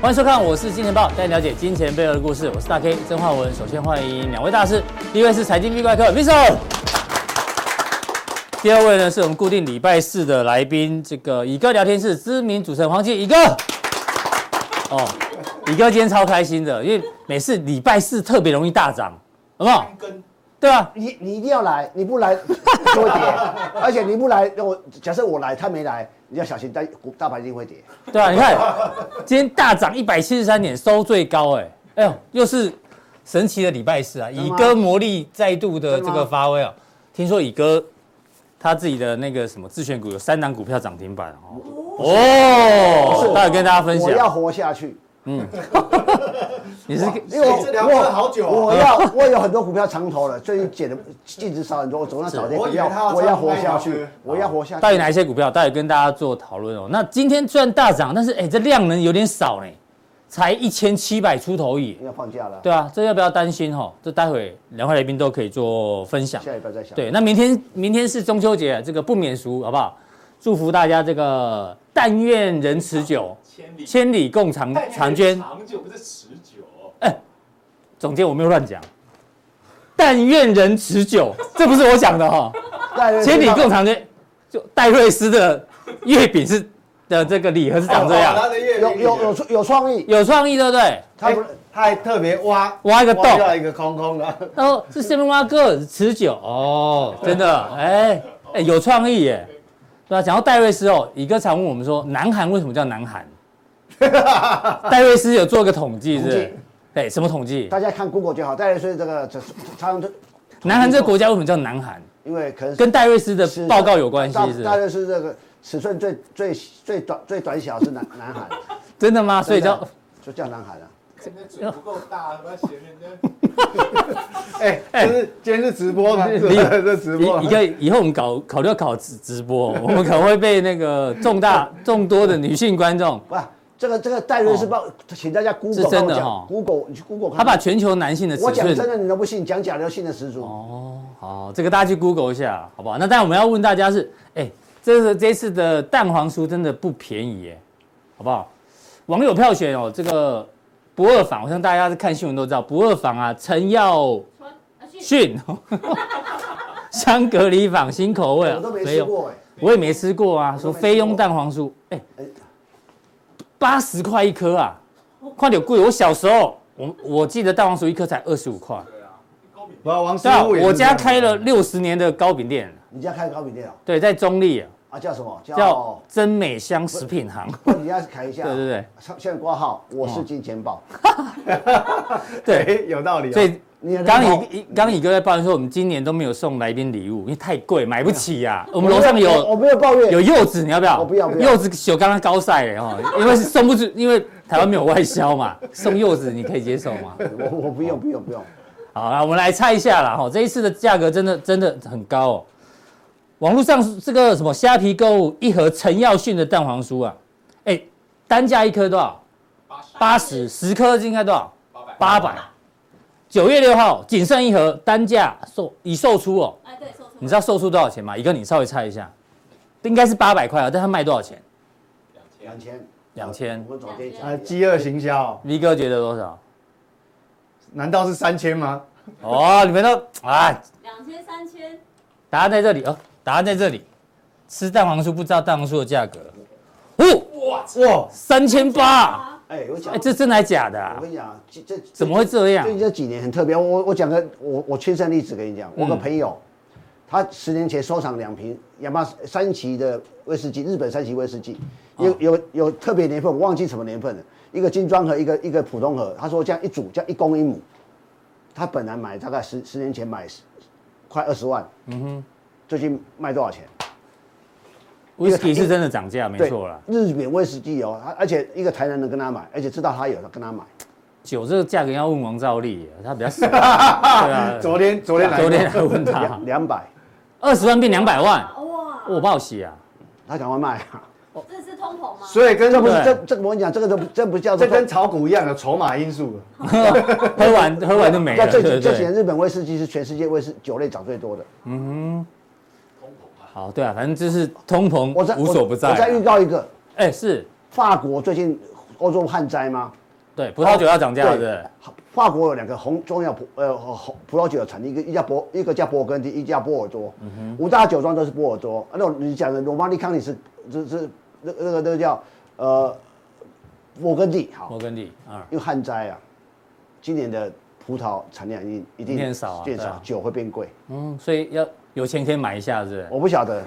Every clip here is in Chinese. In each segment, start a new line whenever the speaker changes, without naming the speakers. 欢迎收看，我是金钱豹，带你了解金钱背后的故事。我是大 K 曾焕文。首先欢迎两位大师，第一位是财经 V 怪客 Vincent，第二位呢是我们固定礼拜四的来宾，这个乙哥聊天室知名主持人黄记乙哥。哦，乙哥今天超开心的，因为每次礼拜四特别容易大涨，好不好？对啊，
你你一定要来，你不来就会跌， 而且你不来，我假设我来，他没来，你要小心，大股大盘一定会跌。
对啊，你看今天大涨一百七十三点，收最高哎、哎呦，又是神奇的礼拜四啊！
的
以
吗
哥魔力再度的这
真的
个
吗
发威啊！听说以哥他自己的那个什么自选股有三档股票涨停板哦，哦，待会跟大家分
我要
享。
活下去，
你是
因为
所以这聊天好久啊
哦
我要我有很多股票长投了，最近减的净值少很多，我总要找点股
我以为他要
票，我要活
唱
下
麦
去
老师，
我要活下去。
哦到底哪一些股票？待会跟大家做讨论哦。那今天虽然大涨，但是哎、这量能有点少呢，才一千七百出头亿。
要放假了，
对啊，这要不要担心哈？这待会两位来宾都可以做分享。
下礼拜再想。
对，那明天明天是中秋节，这个不免俗，好不好？祝福大家这个但愿人持久，
千里
千里共婵婵娟。
长久不是持久，
总监我没有乱讲，但愿人持久，这不是我讲的哈、
但是
千里共婵娟，就戴瑞斯的月饼是的这个礼盒是长这
哦
样，
哎他的月
有
饼
有有有创意，
有创意对不对？
他不
哎他还特别挖
挖一个洞
挖掉一个空空的，
然后哦是 Seven 蛙哥持久哦，真的，
啊
哎哎有创意耶，对吧、讲到戴瑞斯哦，乙哥常问我们说，南韩为什么叫南 韩？戴瑞斯有做个统计是不
统
是
计？
对，什么统计？
大家看 Google 就好。但是所以这个这他们
南韩这个国家为什么叫南韩？
因为可能
跟戴瑞斯的
是
报告有关系
大
是不
大
是？
概是这个尺寸最最最短最短小是南南韩，
真的吗？所以
真的
叫
就叫南韩啊。
人家嘴不够大，不要嫌人家。
哎，这是今天是直播吗？
你
是 这直
以以
播吗，
后以后我们搞考虑要考直直 播哦，我们可能会被那个重大众多的女性观众，
不，这个这个戴瑞是报，请大家
哦
Google
是真的
帮我讲
哦
Google 你去 Google 看。
他把全球男性的尺
我
寸哦
讲真的你都不信，讲假的信的十足。
好，这个大家去 Google 一下，好不好？那但我们要问大家是，哎、这是这次的蛋黄酥真的不便宜耶，好不好？网友票选哦，这个不二坊，我相信大家看新闻都知道，不二坊啊，陈耀
穿啊去
迅，香格里坊新口味啊，
我都没
菲
吃
佣，
过哎，
我也没吃过啊，说
我都没吃过
菲佣蛋黄酥，哎、八十块一颗啊，快点贵！我小时候，我我记得蛋黄酥一颗才二十五块，
哇，王师
对啊，
傅也是
我家
这样
开了六十年的糕饼店。
你家开糕饼店哦？
对，在中立啊
啊，叫什么？
叫
叫
真美香食品行。
不你要改一下。
对对哦对
上。现在挂号，我是金钱豹。
对，
哎，有道理哦，
所以
你的
刚
人
刚
口
乙刚乙哥在抱怨说，我们今年都没有送来宾礼物，因为太贵，买不起呀、我们楼上
嗯我我我
有
没有抱
有
怨，
柚子，你要不要？
我不要不要
柚子有刚刚高晒了哦，因为是送不出，因为台湾没有外销嘛，送柚子你可以接受吗？
我我不用不用不用。
好啦，我们来猜一下啦，哈，这一次的价格真的真的很高哦。网络上这个什么虾皮购物一盒陈耀迅的蛋黄酥啊，哎，单价一颗多少？八十，十颗应该多少？八百。九月六号仅剩一盒，单价售已售出哦。
哎对，说错了
你知道售出多少钱吗？一个你稍微猜一下，应该是八百块啊，但他卖多少钱
两千。
两千
我们总监
啊，
哎
讲。
饥饿行销哦，
？V 哥觉得多少？
难道是三千吗？
哦，你们都哎，
两千三千，
答案在这里哦，答案在这里。吃蛋黄酥不知道蛋黄酥的价格，哦，
哇，
三千八，
啊，
哎，我讲
哎，，这真的还假的、
我
啊？
跟你讲，这这
怎么会这样
最？近这几年很特别，我我我讲个我我亲身例子跟你
嗯
讲，我有个朋友，他十年前收藏两瓶雅马三旗的威士忌，日本三旗威士忌，
哦
有有有特别年份，我忘记什么年份了，一个精装盒，一个一个普通盒。他说这样一组这样一公一母，他本来买大概十十年前买快二十万，嗯哼，最近卖多少钱？
威士忌是真的涨价，没错啦。
对，日本威士忌哦，他而且一个台南人跟他买，而且知道他有，他跟他买。
酒这个价格要问王兆力，他比较熟。对啊，
昨天昨天来过
啊
昨天来问他
两两百，
二十万变两百万，
哇，
我报喜啊！
他赶快卖啊！
这是通膨吗？
所以跟
这不是
对啊
这这个我跟你讲，这个都这不叫做
这跟炒股一样有筹码因素，啊
喝完喝完就没
那
了，
这
对
几
不
这几年
对？
日本威士忌是全世界威士酒类涨最多的。
好，对啊，反正就是通膨
我在
嗯无所不在
我再预
啊。
告一个，
哎，是
法国最近欧洲旱灾吗？
对，葡萄酒要涨价，
哦
对
对
不对？
法国有两个红重要葡呃红葡萄酒的产地，一个一叫勃一个叫勃艮第，一个叫波尔多。
嗯
五大酒庄都是波尔多。啊那种你讲的罗马尼康你是这这那那个那个叫呃勃艮第好
摩，根利啊，
因为旱灾啊，今年的葡萄产量一定一定
变少啊
变
对啊
少，酒会变贵。
嗯，所以要有钱可以买一下，是不是？
我不晓得，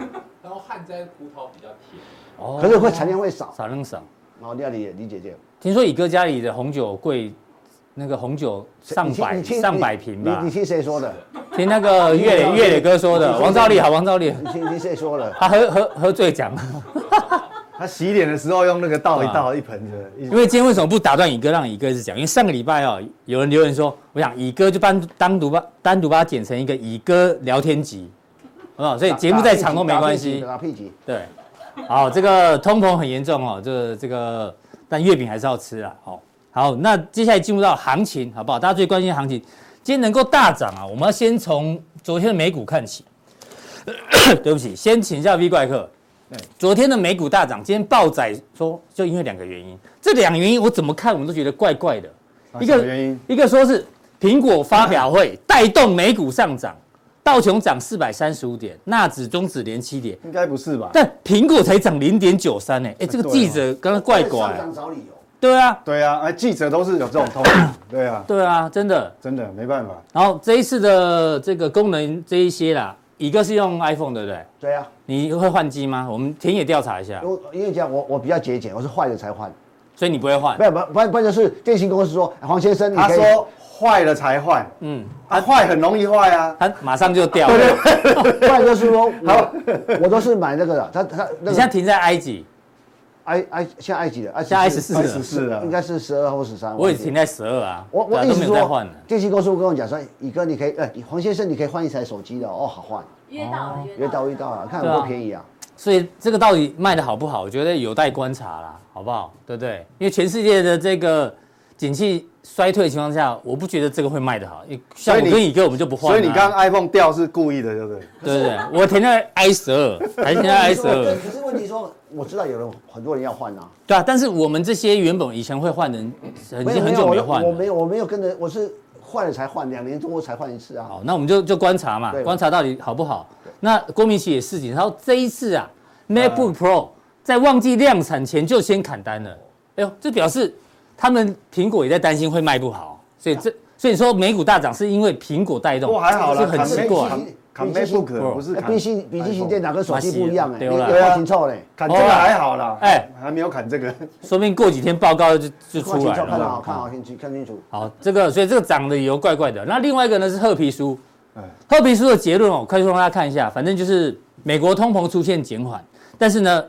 然后旱灾葡萄比较甜，
哦
可是会产量会少。
少量少。
然后你要理解理解这个。
听说以哥家里的红酒贵，那个红酒上
你听
百
你听
上百
你
瓶
你
吧
你。听谁说的？
听那个岳
你
磊
你
岳磊哥说
你
的，
你
王兆力好，王兆力，
你听听谁说的？
他喝喝喝醉讲，
他洗脸的时候用那个倒一倒一盆的，一
因为今天为什么不打断乙哥，让乙哥一直讲？因为上个礼拜哦，有人留言说，我想乙哥就单单独把单独把它剪成一个乙哥聊天集，好不 好？所以节目再长都没关系。
打屁急，
对，好，这个通膨很严重哦，这这个，但月饼还是要吃啊。好，好，那接下来进入到行情，好不好？大家最关心的行情，今天能够大涨啊，我们要先从昨天的美股看起。对不起，先请教 V 怪客。昨天的美股大涨，今天暴涨，说就因为两个原因。这两个原因我怎么看，我们都觉得怪怪的。
一个啊原因，
一个说是苹果发表会带动美股上涨，道琼涨四百三十五点，纳指、中指连七点，
应该不是吧？
但苹果才涨零点九三呢，哎、这个
对哦
记者刚刚怪怪、
上涨找理由。
对啊，
对啊，哎，记者都是有这种通病，对啊，
对啊，真的。
真的没办法，
然后这一次的这个功能这一些啦，一个是用 iPhone 对不对？
对啊，
你会换机吗？我们田野调查一下
因，为因为讲我我比较节俭，我是坏了才换，
所以你不会换
不。要不不不然就是电信公司说哎黄先生，你
他
可以
说坏了才换，
嗯，
啊，坏很容易坏啊，
它马上就掉了。
不然就是说我我都是买那个的，他他
你
那
现在
个
停在埃及，
i i 现在 i 几的，i
现在 i 十四
二十
了，
四了
应，该是十二或十三，
我也
忘记
停。在十二啊，
我
对
我
啊
意
都
思
没有再换
说
了。，
电信公司跟我讲说，宇哥你可以，呃，黄先生你可以换一台手机的哦，好换，
哦约到了，
越到越到啊，看
对
有
啊
多便宜啊。
所以这个到底卖的好不好，我觉得有待观察啦，好不好？对不对？因为全世界的这个景气衰退的情况下，我不觉得这个会卖的好。因为像
所以
我
你
跟乙哥，我们就不换、啊。啊
所以你刚刚 iPhone 掉是故意的，对不对？
对不对？我停在 i 十二，还停在 i 十二。
啊可是问题说，我知道有人很多人要换啊，
对啊，但是我们这些原本以前会换的人，已经很久没换
我我没
了。
有我没有跟着，我是换了才换，两年多才换一次啊。
好，那我们就就观察嘛
对，
观察到底好不好。那郭明奇也示警，他说这一次啊，MacBook Pro 在旺季量产前就先砍单了。哎呦，这表示他们苹果也在担心会卖不好，所以这所以说美股大涨是因为苹果带
不
动，
过还好
是
啦，
很
砍
奇
美
怪哦
股。
砍
笔记
MacBook 不是
哎
砍
笔记笔记型
iPhone
电脑跟手机不一样哎，
对啦
有有挺臭嘞。
砍这个还好啦，
哎
哎，还没有砍这个，
说不定过几天报告就就
看
出
清
来
楚，
了。嗯
看好看好清楚看清楚。
好，这个所以这个涨的理由怪怪的。那另外一个呢是褐皮书
哎，
褐皮书的结论哦，我快速让大家看一下，反正就是美国通膨出现减缓，但是呢，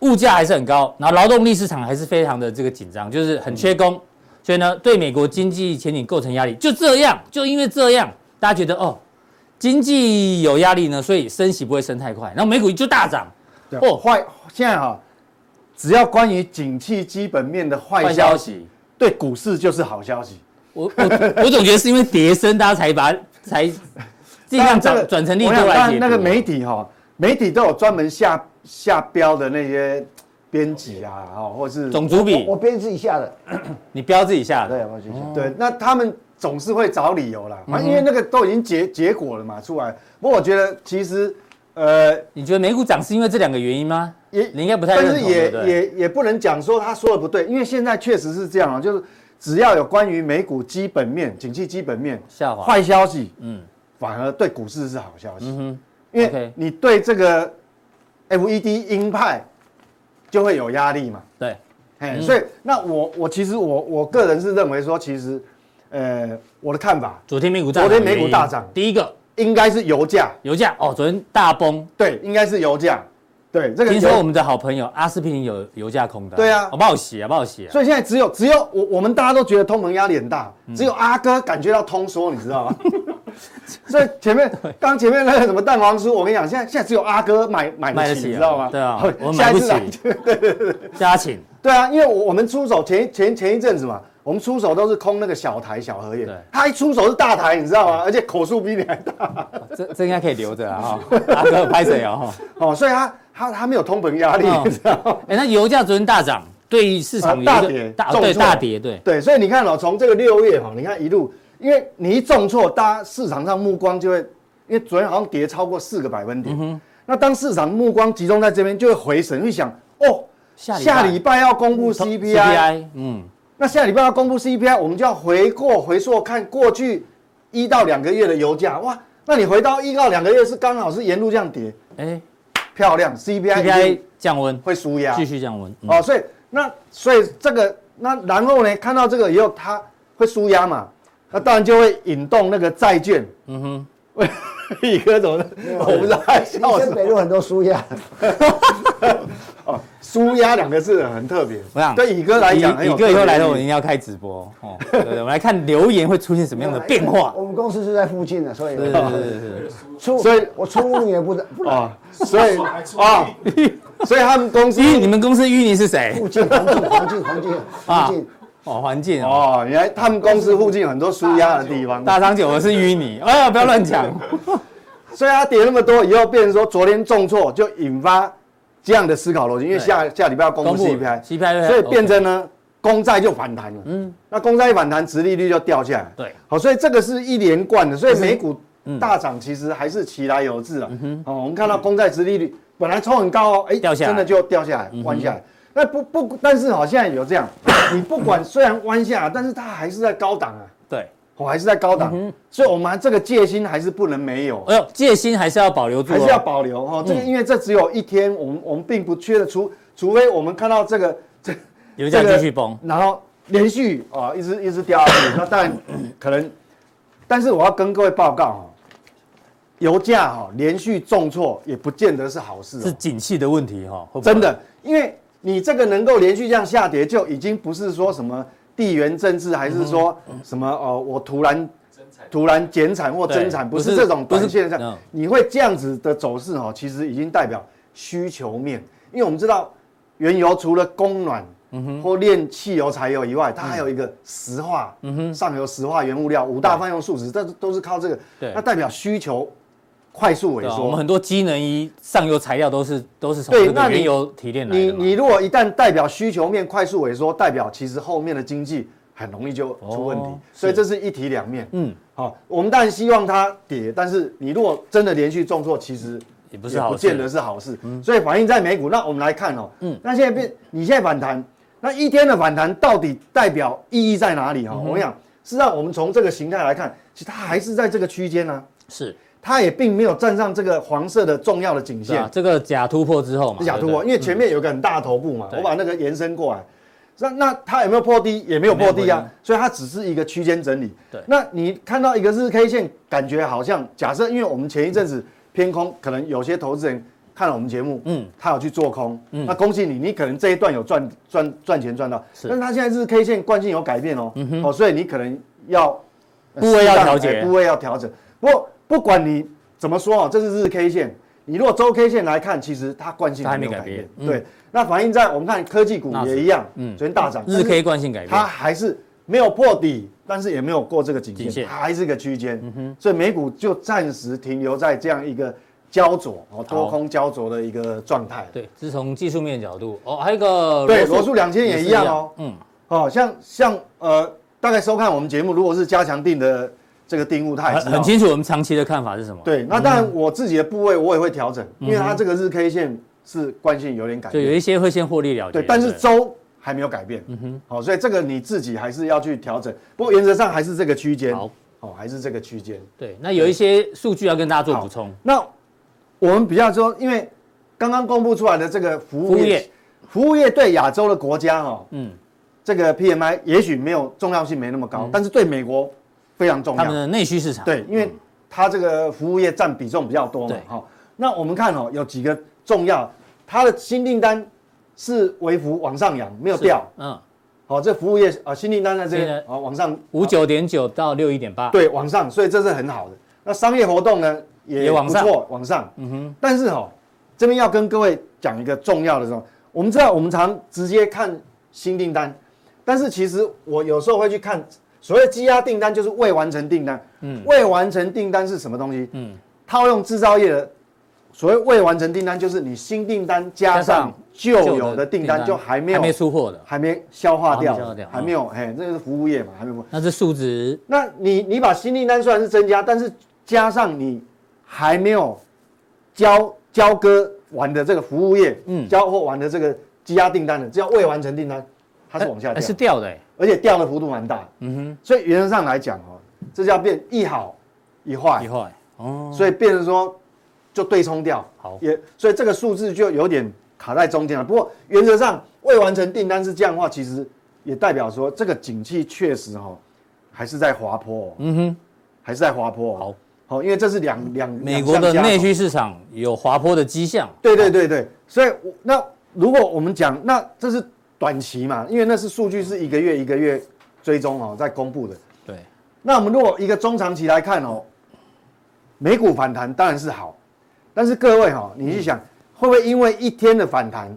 物价还是很高，然后劳动力市场还是非常的这个紧张，就是很缺工，所以呢，对美国经济前景构成压力。就这样，就因为这样，大家觉得哦，经济有压力呢，所以升息不会升太快，然后美股就大涨。
哦，坏，现在哈，只要关于景气基本面的坏消息，
息，
对股市就是好消息。
我我我总觉得是因为跌升，大家才把才尽量
当然这
转
个
转成利
我
多
想
来
当
解
然
读啊
那个媒体哈，媒体都有专门下下标的那些编辑啊，哈，或是
总主笔
我，编制一下的，
你标自己下的。
对，我就
嗯
想，
对，那他们总是会找理由啦，反正因为那个都已经结结果了嘛，出来。不过我觉得其实呃，
你觉得美股涨是因为这两个原因吗？
也
你应该不太
但
认
是
同。对
也
不对
也也不能讲说他说的不对，因为现在确实是这样啊，就是只要有关于美股基本面、景气基本面
下滑
坏消息，
嗯
反而对股市是好消息，
嗯
因
OK
为你对这个 FED 鹰派就会有压力嘛。
哼，对，
哎、
嗯
所以那我我其实我我个人是认为说，其实，呃，我的看法
昨天美股大涨，
昨天美股大涨
第一个
应该是油价，
油价哦，昨天大崩。
对，应该是油价，对，这个
听说
油
我们的好朋友阿司匹林有油价空单，
对啊
好不好洗啊？不好洗啊！
所以现在只
嗯
有只有我我们大家都觉得通膨压力很大，只有阿哥感觉到通缩，你知道吗？所以前面刚前面那个什么蛋黄酥，我跟你讲，现在现在只有阿哥买买
买
得
得
起，
起
你知道吗？
对啊我
下
买
一
不
次来
起。家禽，
对啊，因为我我们出手前一前前一阵子嘛，我们出手都是空那个小台小荷叶
对，
他一出手是大台，你知道吗？而且口数比你还大
这这应该可以留着啊哈。 阿哥拍谁啊哈？
哦，所以他他他没有通膨压力，
嗯
你知道吗？
哎，那油价昨天大涨，对于市场有一个
啊大跌
大哦
重
对
挫
大跌，对
对，所以你看哦，从这个六月哈、哦，你看一路，因为你一重挫，大家市场上目光就会，因为昨天好像跌超过四个百分点，
嗯
那当市场目光集中在这边，就会回神，会想哦，
下礼拜嗯
下礼拜要公布 CPI，
CPI，嗯，
那下礼拜要公布 CPI，我们就要回过回溯看过去一到两个月的油价，哇，那你回到一到两个月是刚好是沿路这样跌，
哎
漂亮，CPI 一
，CPI
定
降温，
会输压，
继续降温，嗯
哦，所以那所以这个那然后呢，看到这个以后，它会输压嘛，那当然就会引动那个债券。
嗯哼，
李哥怎么？我不知道在
民
笑什
生
么。
北路很多输压，
哦，输压两个字很特别。
我想
对乙哥来讲很
乙
有
乙
特
哥
别意义，
以后来了，我一定要开直播哦。对对，我们来看留言会出现什么样的变
哎
化。
我们公司就在附近的，所以
对对对对对，
出，
所以
我出入也不不
哦，所以
还出
啊， 所以他们公司
因 为你们公司淤泥是谁？
附近环境环境环境环境，
哦，环境哦，
哦，原来他们公司附近有很多输压的地方，
大长久的是淤泥。哎呀，不要乱讲。
所以它跌那么多以后，变成说昨天重挫，就引发这样的思考逻辑，因为
对
下下礼拜要公
公
布
布
CPI，
CPI
所以
OK
变成呢，公债就反弹了。嗯，那公债一反弹，殖利率就掉下来。
对，嗯
好，所以这个是一连贯的，所以美股大涨其实还是其来有自了。哦，我们看到公债殖利率本来冲很高哦，哎，
掉下来嗯
真的就掉下来，弯下来。那不不，但是好，现在有 这样，你不管虽然弯下来，但是它还是在高档啊，
对，
我还是在高档，
嗯
所以我们这个戒心还是不能没有。啊
哎呦，戒心还是要保留住哦，
还是要保留哈、哦。
嗯
这个因为这只有一天，我们我们并不缺的，除除非我们看到这个这
油价继续崩。
这个然后连续啊、哦、一直一直掉下去，那当然可能，但是我要跟各位报告哈、哦，油价哈、哦、连续重挫也不见得是好事、
是
哦，
景气的问题哈，会不会
真的，因为你这个能够连续这样下跌，就已经不是说什么地缘政治，还是说
嗯
什么哦、我突然
真才
突然减产或增产，
对
不
不
是
是
这种短线
不是嗯
上，你会这样子的走势哦，其实已经代表需求面，因为我们知道原油除了供暖
嗯
或炼汽油、柴油以外，它还有一个石化，
嗯
上游石化原物料、五大泛用数值，这都是靠这个
对，
那代表需求快速
对
萎
啊我们
缩。
很多机能衣上游材料都是都是从
对
这
那
个
你
原油提炼来
你
的嘛
你如果一旦代表需求面快速萎缩，代表其实后面的经济很容易就出问题
哦，
所以这是一体两面。
嗯，
好，我们当然希望它跌，但是你如果真的连续重挫，其实
也不是好事嗯
不见得是好事。所以反映在美股，那我们来看哦，嗯，那现在变，你现在反弹，那一天的反弹到底代表意义在哪里哈、
嗯
哦？我想，事实上我们从这个形态来看，其实它还是在这个区间呢，
是
它也并没有站上这个黄色的重要的颈
是
线
啊，。这个假突破之后嘛，
假突
对
破，
不对
因为前面有个很大的头部嘛，
对
我把那个延伸过来，那那它有没有破低？也没有破低
也没有破
啊，所以它只是一个区间整理。
对
那你看到一个日 K 线，感觉好像假设，因为我们前一阵子偏空，可能有些投资人看了我们节目，嗯
嗯，
他有去做空，那恭喜你，你可能这一段有赚赚赚钱赚到，但是他现在日 K 线惯性有改变哦，哦，所以你可能要
嗯部位要调节
哎部位要调整。不过不管你怎么说哦，这是日 K 线，你如果周 K 线来看，其实它惯性
它还
没有
没
改
改
变
变。嗯
对，那反映在我们看科技股
纳指
也一样，嗯，
嗯
昨天大涨，
日 K 惯性改
它
变，
还是没有破底，但是也没有过这个颈
颈
线，
线嗯
它还是个区间，所以美股就暂时停留在这样一个焦灼哦，多空焦灼的一个状态。
对，是从技术面角度哦，还有一个
对，
罗
罗
素
素两千也一样哦，
嗯，
哦，像像呃，大概收看我们节目，如果是加强定的这个定物，它也
呃
哦
很
知道
很。清楚我们长期的看法是什么，，
对，那当
嗯
然我自己的部位我也会调整，因为它这个日 K 线是惯性有点改
就嗯有
变，
一些会先获利了结，
对，但是
不
周还没有改变，嗯哼，好，所以这个你自己还是要去调整，不过原则上还是这个区间，
好，
哦，还是这个区间。
对，那有一些数据要跟大家做
好
补充，
那我们比较说，因为刚刚公布出来的这个服务
服务
业
业，
服务业对亚洲的国家哦，
嗯，
这个 PMI 也许没有重要性没那么高，但是对美国非常重
他们
要。
的内需市场，
对，因为它这个服务业占比重比较多嘛
啊嗯对，
哈、那我们看哦，有几个重要，它的新订单是微幅往上扬，没有
是
掉。，
嗯，
好、这服务业啊、新订单在这
新
边
的
啊、往上
五九点九到六一点八，
对，往上，所以这是很好的。那商业活动呢也
也往
不
上
错，往上。嗯哼。但是哈、这边要跟各位讲一个重要的什么？我们知道我们常直接看新订单，但是其实我有时候会去看所谓积压订单，就是未完成订单。嗯。未完成订单是什么东西？嗯。套用制造业的所谓未完成订单，就是你新订单加
加上
上旧有的订单，就还没有
还没出货的，
还没消化掉
还没消化掉，嗯
还没有，嘿，这个是服务业嘛，还没有。
那这数值
那你你把新订单虽然是增加，但是加上你还没有交交割完的这个服务业，
嗯
嗯，交货完的这个积压订单的，只要未完成订单，它是往下
哎
掉，
是掉的欸，
而且掉的幅度蛮大。
嗯
所以原则上来讲哦，这叫变一好一坏
哼，以，后欸哦，
所以变成说就对冲掉，
好
也所以这个数字就有点卡在中间了。不过原则上未完成订单是这样的话，其实也代表说这个景气确实哈、还是在滑坡、哦，
嗯哼，
还是在滑坡、哦。好，好，因为这是两两
美国的
两项加
内
嘛
需市场有滑坡的迹象，
对对对对，所以我那如果我们讲，那这是短期嘛，因为那是数据是一个月一个月追踪哦，在公布的。
对，
那我们如果一个中长期来看哦，美股反弹当然是好，但是各位哈、哦，你去
嗯
想、会不会因为一天的反弹，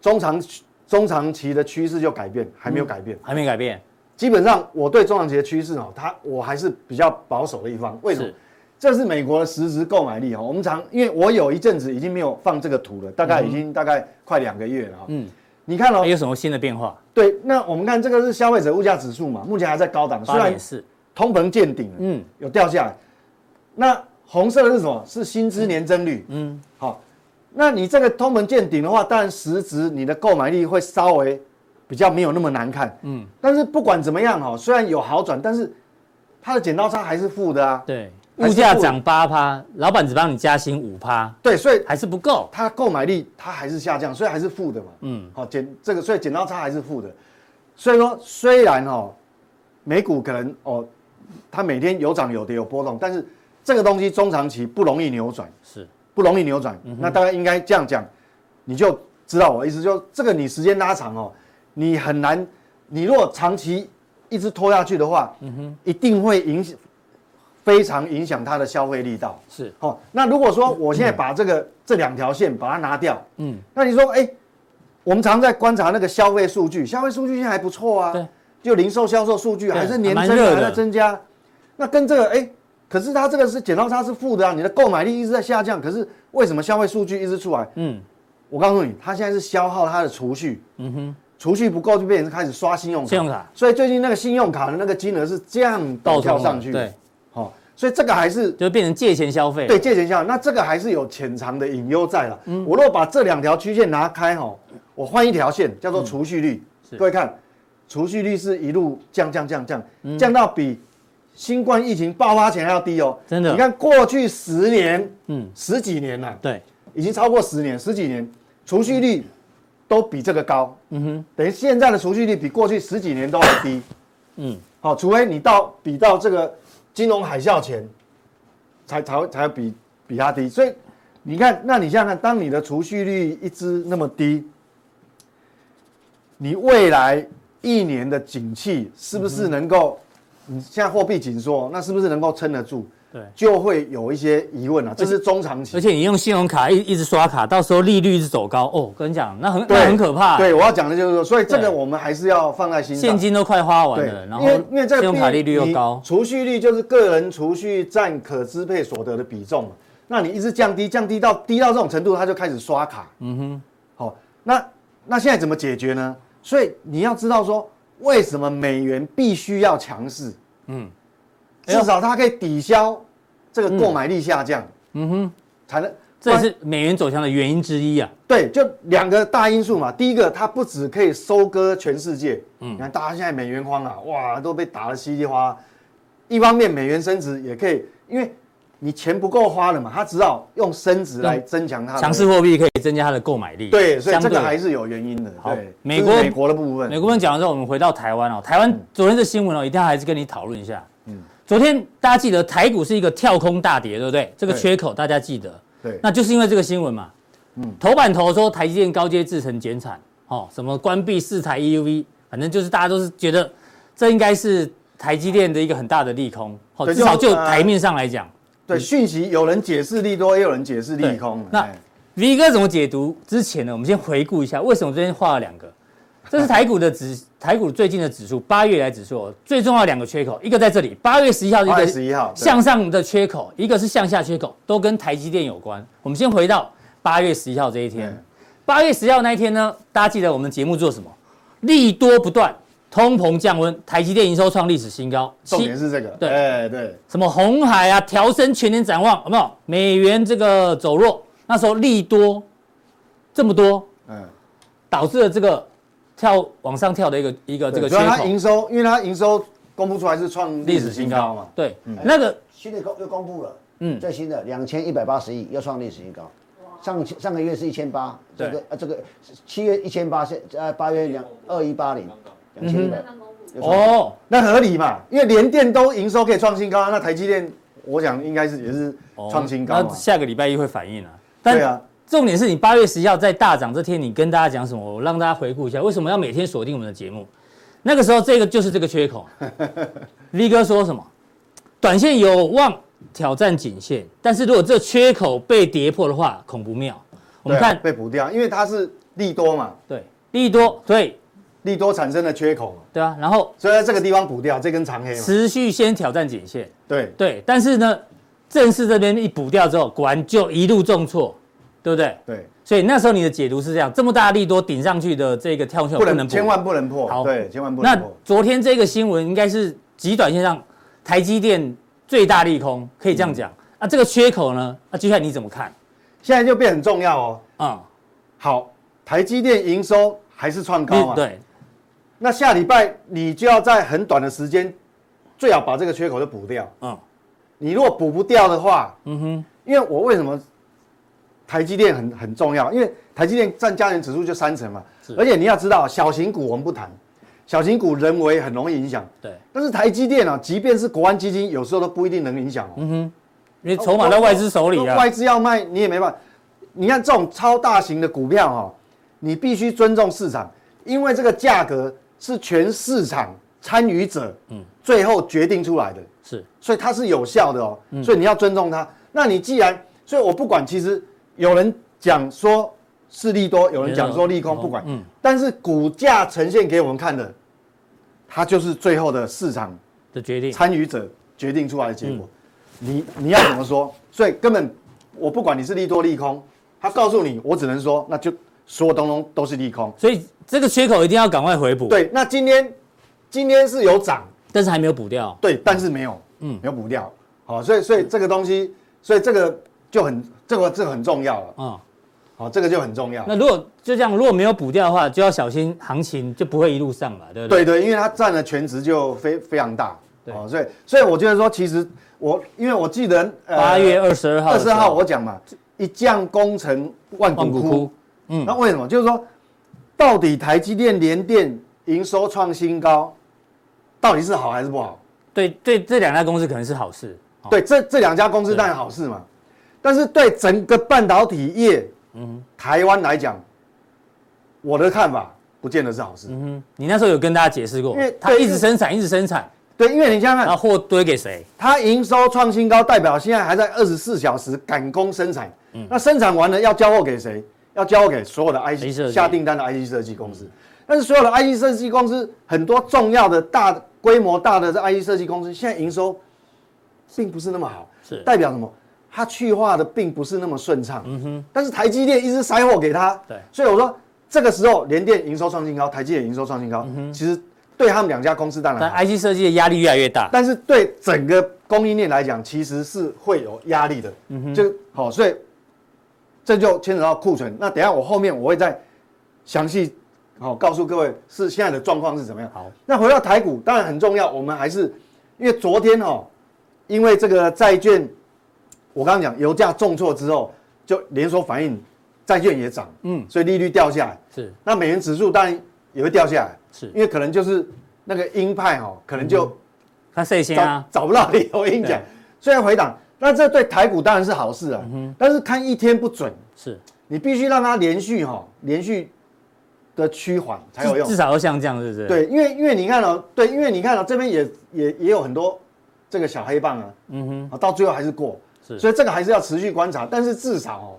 中长中长期的趋势就改变？还
嗯
没有改变。
还没改变，
基本上我对中长期的趋势哦，它我还是比较保守的一方。为什么
是？
这是美国的实质购买力哈、哦。我们常因为我有一阵子已经没有放这个图了，大概已经大概快两个月了、哦。
嗯
嗯，你看哦
还，有什么新的变化？
对，那我们看这个是消费者物价指数嘛，目前还在高档，虽
八
然
点四，
通膨见顶了，
嗯
嗯，有掉下来。那红色的是什么？是薪资年增率，
嗯
嗯，好。那你这个通膨见顶的话，当然实质你的购买力会稍微比较没有那么难看，嗯。但是不管怎么样哈，虽然有好转，但是它的剪刀差还是负的啊。
对，
还
物
是
价
不
涨八趴，老板只帮你加薪五趴，
对，所以
还是不够，
它购买力它还是下降，所以还是负的嘛。嗯，好、减这个，所以剪刀差还是负的。所以说，虽然哦，美股可能哦，它每天有涨有跌有波动，但是这个东西中长期不容易扭转，
是
不容易扭转。那大概应该这样讲，你就知道我的意思，就这个你时间拉长哦，你很难，你如果长期一直拖下去的话，嗯哼，一定会影响，非常影响它的消费力道。
是，
好、哦那如果说我现在把这个、这两条线把它拿掉，
嗯
嗯，那你说，哎、我们常在观察那个消费数据，消费数据现在还不错啊，
对，
就零售销售数据
对
还是年增
还蛮热
啊
的
还在增加，那跟这个，哎、可是它这个是剪刀差是负的啊，你的购买力一直在下降，可是为什么消费数据一直出来？
嗯，
我告诉你，它现在是消耗它的储蓄，嗯哼，储蓄不够就变成开始刷信用卡，
信用卡
所以最近那个信用卡的那个金额是这样
爆
倒
冲
跳
了
上去，
对，
好、所以这个还是
就变成借钱消费，
对，借钱效应，那这个还是有潜藏的隐忧在了。我若把这两条曲线拿开哈，我换一条线叫做储蓄率，各位看，储蓄率是一路降降降降，降到比新冠疫情爆发前还要低哦。
真的
你看过去十年，
嗯
嗯，十几年了、
对，
已经超过十年，十几年储蓄率都比这个高，嗯哼，等于现在的储蓄率比过去十几年都还低，
嗯
嗯，好、除非你到比到这个金融海啸前，才才会才会比比它低，所以你看，那你想想看，当你的储蓄率一直那么低，你未来一年的景气是不
嗯
是能够？你现在货币紧缩，那是不是能够撑得住？
对
就会有一些疑问啊，这是中长期
而。且你用信用卡一一直刷卡，到时候利率一直走高，哦，跟你讲，那很
对
那很可怕，
对，，我要讲的就是说，所以这
对
个我们还是要放在心上。
现金都快花完
对
了，然，
因
后
为因为这个
信用卡利率又
你
高，
储蓄率就是个人储蓄占可支配所得的比重嘛。那你一直降低，降低到低到这种程度，他就开始刷卡。嗯哼，好、那那现在怎么解决呢？所以你要知道说，为什么美元必须要强势？
哎
嗯，
呦
至少它可以抵消这个购买力下降。嗯哼，才能
这也是美元走强的原因之一啊，
对，就两个大因素嘛。第一个，它不只可以收割全世界，嗯，你看大家现在美元荒啊，哇，都被打得稀里哗啦。一方面，美元升值也可以，因为你钱不够花了嘛，它只好用升值来增强它的
强势货币可以增加它的购买力，
啊对，所以
相
这
对
个
的
还是有原因的。
好
对，
美
这是
国
美国的部分，
美国人讲完之后，我们回到台湾哦。台
嗯
湾昨天的新闻哦，一定要还是跟你讨论一下。嗯，昨天大家记得台股是一个跳空大跌，对不对？这个
对
缺口大家记得，
对
那就是因为这个新闻嘛。嗯，头版头说台积电高阶制程减产，哦，什么关闭四台 EUV，反正就是大家都是觉得这应该是台积电的一个很大的利空，哦，
对
至少
就
就
呃
台面上来讲，
对，讯息有人解释利多，也有人解释利空
对。那
哎
V 哥怎么解读之前呢？我们先回顾一下，为什么昨天画了两个？这是台股的指，台股最近的指数，八月以来指数哦最重要的两个缺口，一个在这里，八月十一号的一
八
个
月十一号，对
向上的缺口，一个是向下缺口，都跟台积电有关。我们先回到八月十一号这一天
嗯，
八月十一号那一天呢，大家记得我们节目做什么？利多不断，通膨降温，台积电营收创历史新高，
重
七
点是这个。
对
哎对，
什么红海啊，调升全年展望，有没有？美元这个走弱，那时候利多这么多，
嗯，
导致了这个跳往上跳的一个一个这个
主
缺
要它
口
营收，因为它营收公布出来是创历史新高嘛。
对，那个
新的公又公布了，
嗯
最新的两千一百八十亿，又创历史新高。上上个月是一千八，这个啊这个七月一千八，现呃八月两二一八零，两千一百
嗯
刚。刚公布。
又创
哦，
那合理嘛？因为联电都营收可以创新高，那台积电，我想应该是也是
哦
创新高
那
嘛。
下个礼拜一会反应啊。
对啊
但重点是你八月十一号在大涨这天，你跟大家讲什么？我让大家回顾一下，为什么要每天锁定我们的节目？那个时候，这个就是这个缺 口。V 哥说什么？短线有望挑战颈线，但是如果这缺口被跌破的话，恐不妙。我们
对啊
看，
被补掉，因为它是利多嘛，
对利多，对
利多产生的缺口嘛，
对啊，然后
所以在这个地方补掉这根长黑嘛。
持续先挑战颈线，
对，
对。但是呢，正式这边一补掉之后，果然就一路重挫，对不对？
对，
所以那时候你的解读是这样：这么大力多顶上去的这个跳跳
不
不
能
能
千万不能破，
好
对，千万不
那
能破。
昨天这个新闻应该是极短线上台积电最大利空，可以这样讲。
嗯
啊，这个缺口呢？那、接下来你怎么看？
现在就变很重要哦。
啊、
好，台积电营收还是创高嘛？。
对，
那下礼拜你就要在很短的时间，最好把这个缺口就补掉。
嗯
你如果补不掉的话，
嗯哼，
因为我为什么台积电很很重要？因为台积电占加权指数就三成嘛
是，
而且你要知道，小型股我们不谈，小型股人为很容易影响。
对，
但是台积电啊，即便是国安基金，有时候都不一定能影响哦。哦
因为嗯筹码在外资手里啊
外。资要卖你也没办法。你看这种超大型的股票哦，你必须尊重市场，因为这个价格是全市场参与者
嗯
最后决定出来的，
是，
所以它是有效的哦。所以你要尊重它。那你既然，所以我不管，其实有人讲说是利多，有人讲说利空，不管。
嗯
但是股价呈现给我们看的，它就是最后的市场
的决定。
参与者决定出来的结果。你你要怎么说？所以根本我不管你是利多利空，他告诉你，我只能说那就所有东东都是利空。
所以这个缺口一定要赶快回补。，
对，那今天今天是有涨，
但是还没有补掉。
对，但是没有，嗯，没有补掉。好，所以所以这个东西，所以这个就很这个这个很重要了。
啊、
好，这个就很重要。
那如果就这样，如果没有补掉的话，就要小心行情就不会一路上了，对不对？
对对，因为它占的全值就非非常大。
对
哦，所以所以我觉得说，其实我因为我记得呃
八月二十二号
二
的时
十
候，
号我讲嘛，一将功成万
万古
骨枯
枯。。嗯
那为什么？就是说，到底台积电、联电营收创新高，到底是好还是不好？
对对，这两家公司可能是好事。哦
对，这这两家公司
对
当然好事嘛，但是对整个半导体业，
嗯
台湾来讲，我的看法不见得是好事。
嗯，你那时候有跟大家解释过
因为，
它
对
一
因
直
为
生产，一直生产，
对，因为 你想想
然后
看，
货堆给谁？
它营收创新高，代表现在还在二十四小时赶工生产。
嗯
那生产完了要交货给谁？要交货给所有的
IC 设
IC
计
下订单的 IC 设计公司。但是所有的 IC 设计公司，很多重要的大规模大的这 IC 设计公司，现在营收并不是那么好，
是
代表什么？它去化的并不是那么顺畅。嗯哼。但是台积电一直塞货给他，
对
所以我说这个时候联电营收创新高，台积电营收创新高，其实对他们两家公司当然
嗯但
好
IC 设计的压力越来越大。
但是对整个供应链来讲，其实是会有压力的。
嗯
就好，所以这就牵扯到库存。那等一下我后面我会再详细好、告诉各位是现在的状况是怎么样。
好，
那回到台股，当然很重要，我们还是因为昨天哦，因为这个债券，我刚刚讲油价重挫之后，就连锁反应，债券也涨，
嗯
嗯，所以利率掉下来，
是
那美元指数当然也会掉下来，
是嗯
因为可能就是那个鹰派哦，可能就、
它谁先
找
啊？
找不到理由硬讲
对，嗯
虽然回档，那这对台股当然是好事啊。但是看一天不准，
是，
你必须让它连续哈、连续的趋缓才有
至
用
至。少要像这样，是不是？，
对，因为因为你看哦，对，因为你看哦，这边也也也有很多这个小黑棒啊，
嗯哼，
啊到最后还是过，
是
所以这个还是要持续观察，但是至少哦，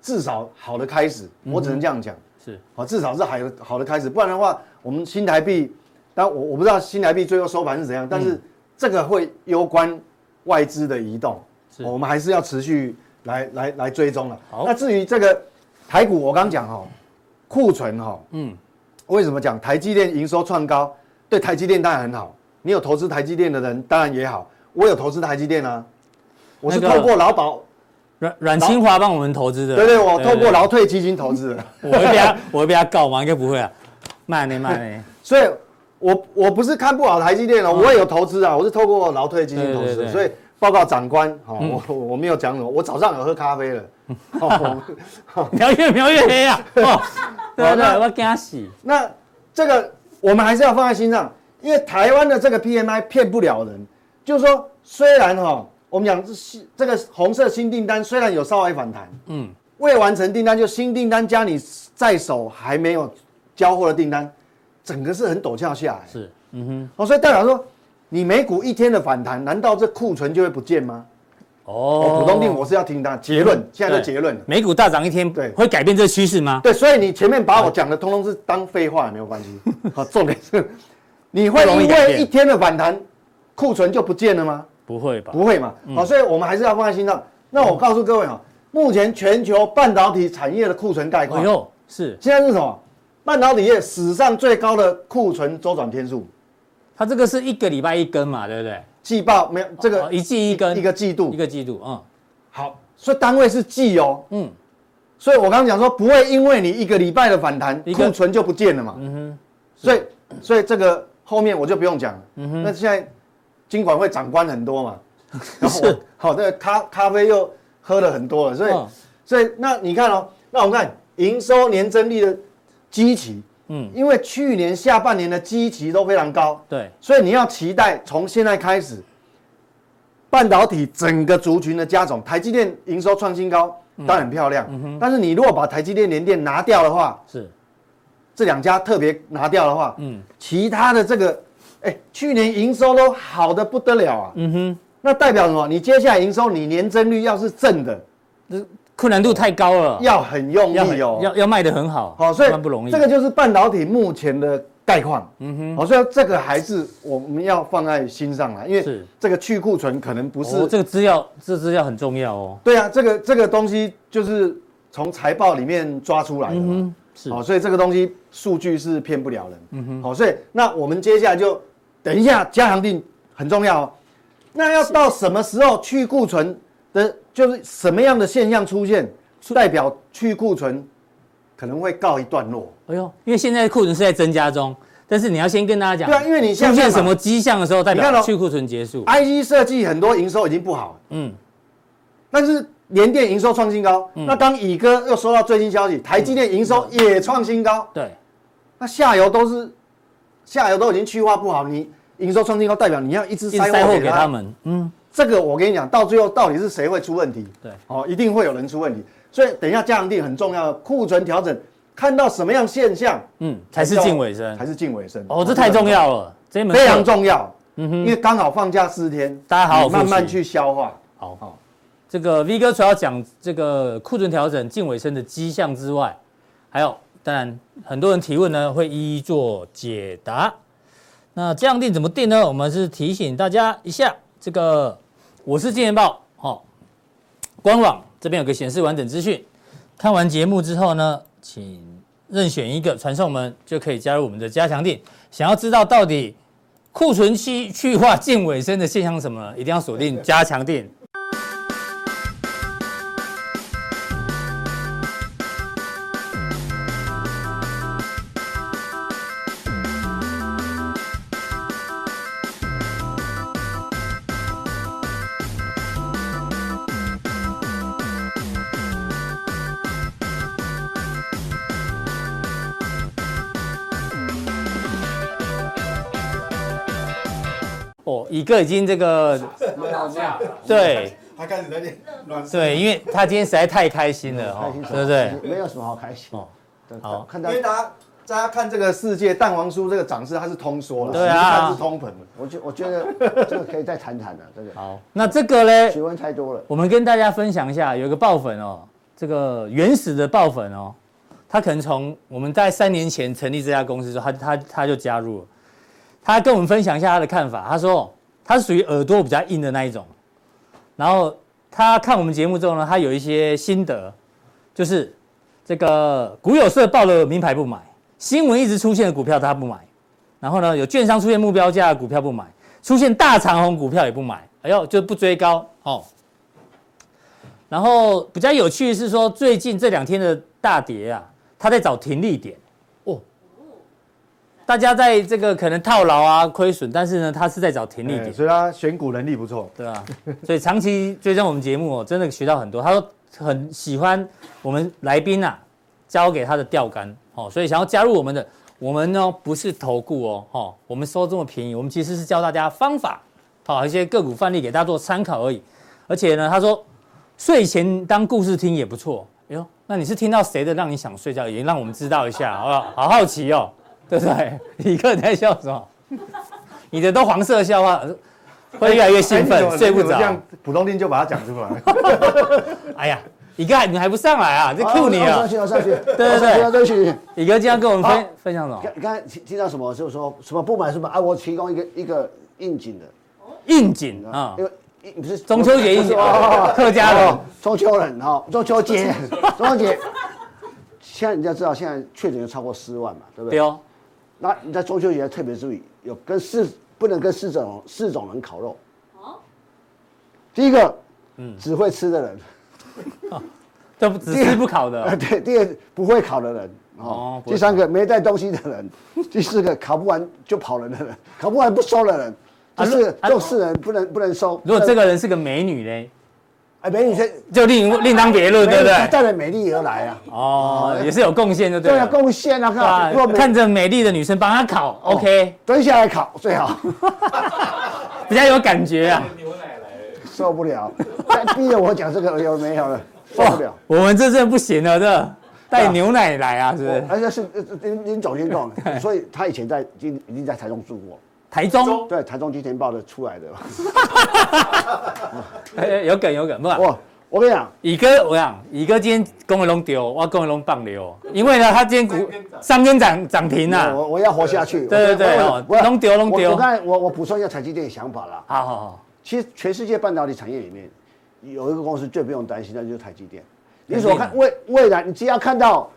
至少好的开始，我只能这样讲，
嗯是
好，至少是好的好的开始，不然的话，我们新台币，但我我不知道新台币最后收盘是怎样，但
嗯
是这个会攸关外资的移动，
是
哦我们还是要持续来来来追踪了
好。
那至于这个台股，我刚讲哦，库存哈、哦，
嗯，
为什么讲台积电营收创高？对台积电当然很好，你有投资台积电的人当然也好，我有投资台积电啊，我是
那个
透过劳保，
阮阮清华帮我们投资的，
对对，我透过劳退基金投 资的，
对，对我会被他，我会被他告吗？应该不会啊，慢呢慢呢，
所以我我不是看不好台积电哦，我也有投资啊，我是透过劳退基金投
嗯对对
资
对嗯
的，所以。报告长官，好、我我没有讲什么，我早上有喝咖啡了。 好、我
描越描越黑 啊，哦，对对对，
那
我惊死，
那这个我们还是要放在心上，因为台湾的这个 PMI 骗不了人。就是说，虽然哈、我们讲这新这个红色新订单虽然有稍微反弹，
嗯
嗯，未完成订单就新订单加你在手还没有交货的订单，整个是很陡峭下来。
是，嗯哼，
哦，所以代表说，你美股一天的反弹，难道这库存就会不见吗？
哦嗯
哦，股东定我是要听他结论，现在的结论了。
美股大涨一天，
对
会改变这趋势吗？
对，所以你前面
哎
把我讲的通通是当废话也没有 关系。好，重点是，你会
不容易
因
改
为
变嗯
一天的反弹，库存就不见了吗？
不会吧？
不会嘛。
嗯
好，所以我们还是要放在心上。那我告诉各位啊，目前全球半导体产业的库存概况
哎，呦，是
现在是什么？半导体业史上最高的库存周转天数，
它这个是一个礼拜一根嘛，对不对？
季报没有这
哦
个
一季一根，
一个季度
一，个季度，嗯
好，所以单位是季哦。
嗯，
所以我刚刚讲说，不会因为你一个礼拜的反弹，
一个
库存就不见了嘛。嗯哼。所以，所以这个后面我就不用讲了。嗯哼。那现在金管会长官很多 嘛，然后我好，那个咖咖啡又喝了很多了，所以，
嗯
所以那你看哦，那我们看营收年增率的基期，
嗯
嗯，因为去年下半年的基期都非常高，
对，
所以你要期待从现在开始，半导体整个族群的加总，台积电营收创新高，
嗯
当然很漂亮。但是你如果把台积电、联电拿掉的话，
是，
这两家特别拿掉的话，
嗯
其他的这个，哎，去年营收都好的不得了啊。
嗯哼，
那代表什么？你接下来营收，你年增率要是正的，
困难度太高了，
要很用力
啊要
哦。
要要卖得很好，
好，所以
慢慢不容易，
这个就是半导体目前的概况。嗯哼，好，所以这个还是我们要放在心上来，因为
是
这个去库存可能不
不
是、
哦这个资料，这资料很重要哦，
对啊，这个这个东西就是从财报里面抓出来的嘛。
嗯，是
好，所以这个东西数据是骗不了人。嗯哼，好，所以那我们接下来就等一下加强定很重要哦。那要到什么时候去库存的，就是什么样的现象出现，代表去库存可能会告一段落。
哎呦，因为现在库存是在增加中，但是你要先跟大家讲，
对啊因为你
出
现在
现
看嘛
什么迹象的时候，代
你看
表
哦
去库存结束，
IC 设计很多营收已经不好了，
嗯，
但是联电营收创新高。那当乙哥又收到最新消息，台积电营收
嗯
也创新高，
对，
那下游都是下游都已经去化不好，你营收创新高，代表你要一直
一直
塞
塞
货
货
给
给
他
他
们。
们，嗯，
这个我跟你讲，到最后到底是谁会出问题？
对
哦，一定会有人出问题。所以等一下加强定很重要，库存调整看到什么样现象
嗯，才是
叫
近尾声
才，是进尾声。
哦，这太重
要。
要了，这一门
非常
课
重要，因为刚好放假四天，
大家好好
你慢慢
复习
去消化。
好，好，这个 V 哥除了讲这个库存调整近尾声的迹象之外，还有当然很多人提问呢会一一做解答。那这样定怎么定呢？我们是提醒大家一下，这个我是金钱豹，哦，官网这边有个显示完整资讯。看完节目之后呢，请任选一个传送门，就可以加入我们的加强定。想要知道到底库存期去化近尾声的现象是什么呢，一定要锁定加强定。哦，乙哥已经这个
吵
啊
架，
对
他开始在练暖身，
对，因为他今天实在太开心了哦，
开心什么
对不对？？
没有什么好开心。
哦
对，
好
看
因
到
为大家大家看这个世界蛋黄酥这个涨势，它是通缩了，
对啊
它是通膨了。
我觉我觉 得这个可以再谈谈了，这个
好，那这个嘞，
学问太多了。
我们跟大家分享一下，有一个爆粉哦，这个原始的爆粉哦，他可能从我们在三年前成立这家公司之后，他他他就加入了，他跟我们分享一下他的看法。他说他是属于耳朵比较硬的那一种，然后他看我们节目之后呢，他有一些心得，就是这个股有社报的名牌不买，新闻一直出现的股票他不买，然后呢有券商出现目标价的股票不买，出现大长虹股票也不买，哎呦就不追高哦。然后比较有趣的是说，最近这两天的大跌啊，他在找停利点哦。大家在这个可能套牢啊、亏损，但是呢，他是在找停利
哎
点，
所以它选股能力不错。
对啊。所以长期追踪我们节目哦，真的学到很多。他说很喜欢我们来宾啊教给他的钓竿哦，所以想要加入我们的，我们呢不是投顾哦，哦，我们收这么便宜，我们其实是教大家方法，好、一些个股范例给大家做参考而已。而且呢，他说睡前当故事听也不错。哎呦，那你是听到谁的让你想睡觉，也让我们知道一下，好不好？好好奇哦，对不对？李克你在笑什么？你的都黄色笑话，会越来越兴
哎你
奋
怎，么
睡不
你怎么这
着
样。普通定就把它讲出来。
哎呀，李克你还不上来啊？这 Q 你
好
啊
上！去，我上去，
对
对
对
上去。
李哥今天跟我们分分享什么？
刚刚才听听到什么？就是说什么不买什么啊？我提供一个一个应景的，
应景
啊
啊，
因，为因不是
中秋节应景，客家
哦
的，
中秋人哈，中秋节，中秋节。现在你要知道，现在确诊有超过十万嘛，对不
对
对？
哦，
那你在中秋节要特别注意，有跟四不能跟四种四种人烤肉。
哦，
第一个，
嗯
只会吃的人；
这不只是不考
啊
的，
对，第二不会烤的人。
哦
哦，
不会
第三个没带东西的人，第四个烤不完就跑人的人，烤不完不收的人，
啊
这
如
是
啊
这种四人不能不能收。
如果这个人是个美女嘞，
哎，美女先，
就另另当别论，对不
美女她
对？
带着美丽而来啊，
哦，也是有贡献，就对
对啊，
了。
贡献啊，
啊
看，如果美哦
看着美丽的女生帮她烤，OK，
蹲下来烤最好，
比较有感觉啊。
牛奶来了，
受不了。再逼着我讲这个有没有了？ 受不了。
我们这真的不行了，这带牛奶来啊，是不是？
而且是呃呃林林总监讲 的，所以他以前在已经已经在台中住过，
台中，
对，台中金钱豹的出来的。
哎哎有梗有梗，不是。
我我跟你讲，
乙哥，我讲乙哥今天公文龙丢，我公文龙棒流，因为呢，他今天股
三根涨
三根涨涨停啊呐、
我我要活下去。
对对对
我
哦
我
弄丢弄
我
丢
我刚才我我补充一下台积电的想法啦。
好好好，
其实全世界半导体产业里面，有一个公司最不用担心，那就是台积电。
肯定
你所看未未来，你只要看到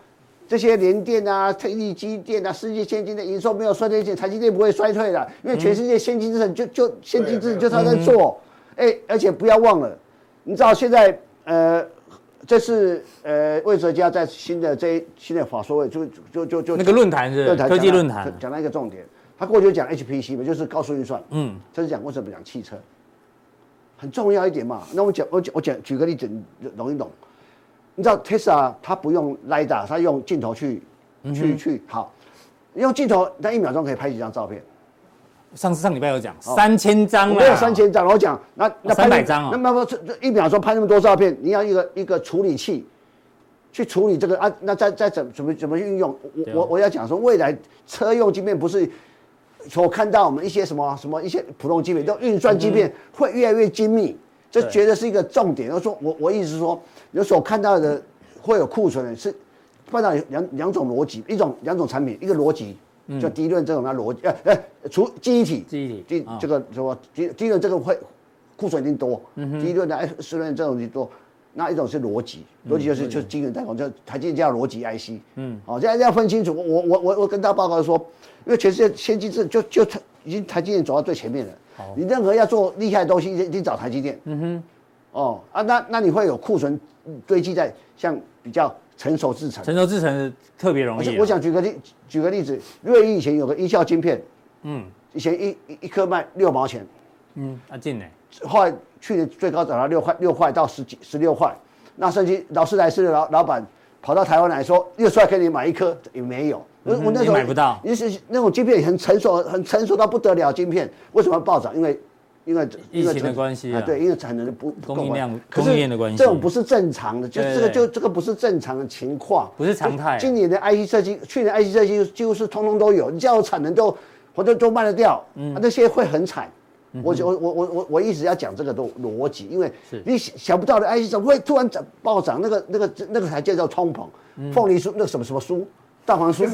这些联电啊、特力机电啊、世界先进的营收没有衰退前，台积电不会衰退的，因为全世界先进制程就就先进制程就他在做。哎，而且不要忘了，你知道现在呃。这是呃，魏哲家在新的这一新的法说会就就就就
那个论坛是不是
论坛
科技
讲到
论坛，
讲到一个重点，他过去就讲 HPC 嘛，就是高速运算。
嗯，
他是讲为什么讲汽车，很重要一点嘛。那我讲，我讲，我讲，举个例子，你容易懂。你知道 Tesla 它不用 LiDAR，它用镜头去
嗯
去去好，用镜头它一秒钟可以拍几张照片，
上次上礼拜有讲三千张
哦
啊了，
我没有三，千张。我讲那那拍
300张哦
那么这这一秒钟拍那么多照片，你要一个一个处理器去处理这个啊，那再再怎怎么怎么运用？
对
我
啊
我我要讲说，未来车用晶片不是。我看到我们一些什么什么一些普通晶片，都运算晶
嗯
片会越来越精密，这
对
绝对是一个重点。就是说我我意思是说，有所看到的会有库存的是半导体两两种逻辑，一种两种产品，一个逻辑就第一论这种那逻辑，呃呃，除记忆体，
嗯记忆体
第
啊
这个什么第第一轮这个会库存一定多，第一轮的哎十轮这种就多。那一种是逻辑，逻辑就是就是晶圆代工，就台积电叫逻辑 IC。嗯，好，现在要分清楚。我我我我跟大家报告说，因为全世界先进制就就已经台积电走到最前面了。你任何要做厉害的东西，一定一定找台积电。嗯哼，哦啊，那那你会有库存堆积在像比较成熟制程。
成熟制成特别容
我
易
想
啊。
我想举个例，举个例子，瑞昱以前有个音效晶片，嗯，以前一一一颗卖六毛钱，
嗯，阿进呢？
后来去年最高涨到六块六块到十几十六块，那甚至劳斯莱斯的老老板跑到台湾来说六十块给你买一颗也没有，我
嗯
我那时候
也买不到
你是那种晶片很成熟很成熟到不得了，晶片为什么暴涨？因为因为因为
疫情的关系啊
哎对，因为产能的不不够啊
供应量
可是
供应链的关系
这种不是正常的，就
对
这个
对
就这个不是正常的情况，
不是常态啊
今年的 IC 设计，去年 IC 设计几乎是通通都有，你叫我产能都我都都卖得掉，
嗯
啊那些会很惨。我我我我我我一直要讲这个逻逻辑，因为
是
你想想不到的 IC 怎么会突然涨暴涨，那个那个那个才叫做通
嗯
膨，凤梨酥那个什么什么酥，蛋黄酥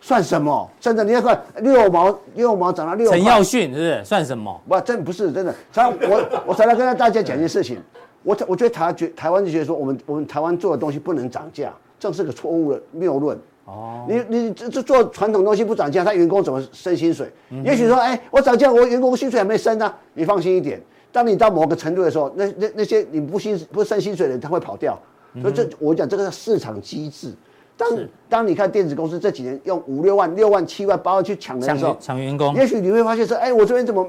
算什么？真的，你要看六毛六毛涨到六块
陈，耀迅是不是算什么？
不，真不是真的。常我我常常跟大家讲一件事 情，我常我觉得台湾觉台湾就觉得说，我们我们台湾做的东西不能涨价，这是个错误的谬论。哦，你你这这做传统东西不涨价，他员工怎么升薪水？也许说，哎、我涨价，我员工薪水还没升呢、你放心一点，当你到某个程度的时候，那那那些你不薪不升薪水的人，他会跑掉。所以这我讲这个是市场机制。当当你看电子公司这几年用五六万、六万、七万、八万去抢人的时候
抢，抢员工，
也许你会发现说，哎，我这边怎么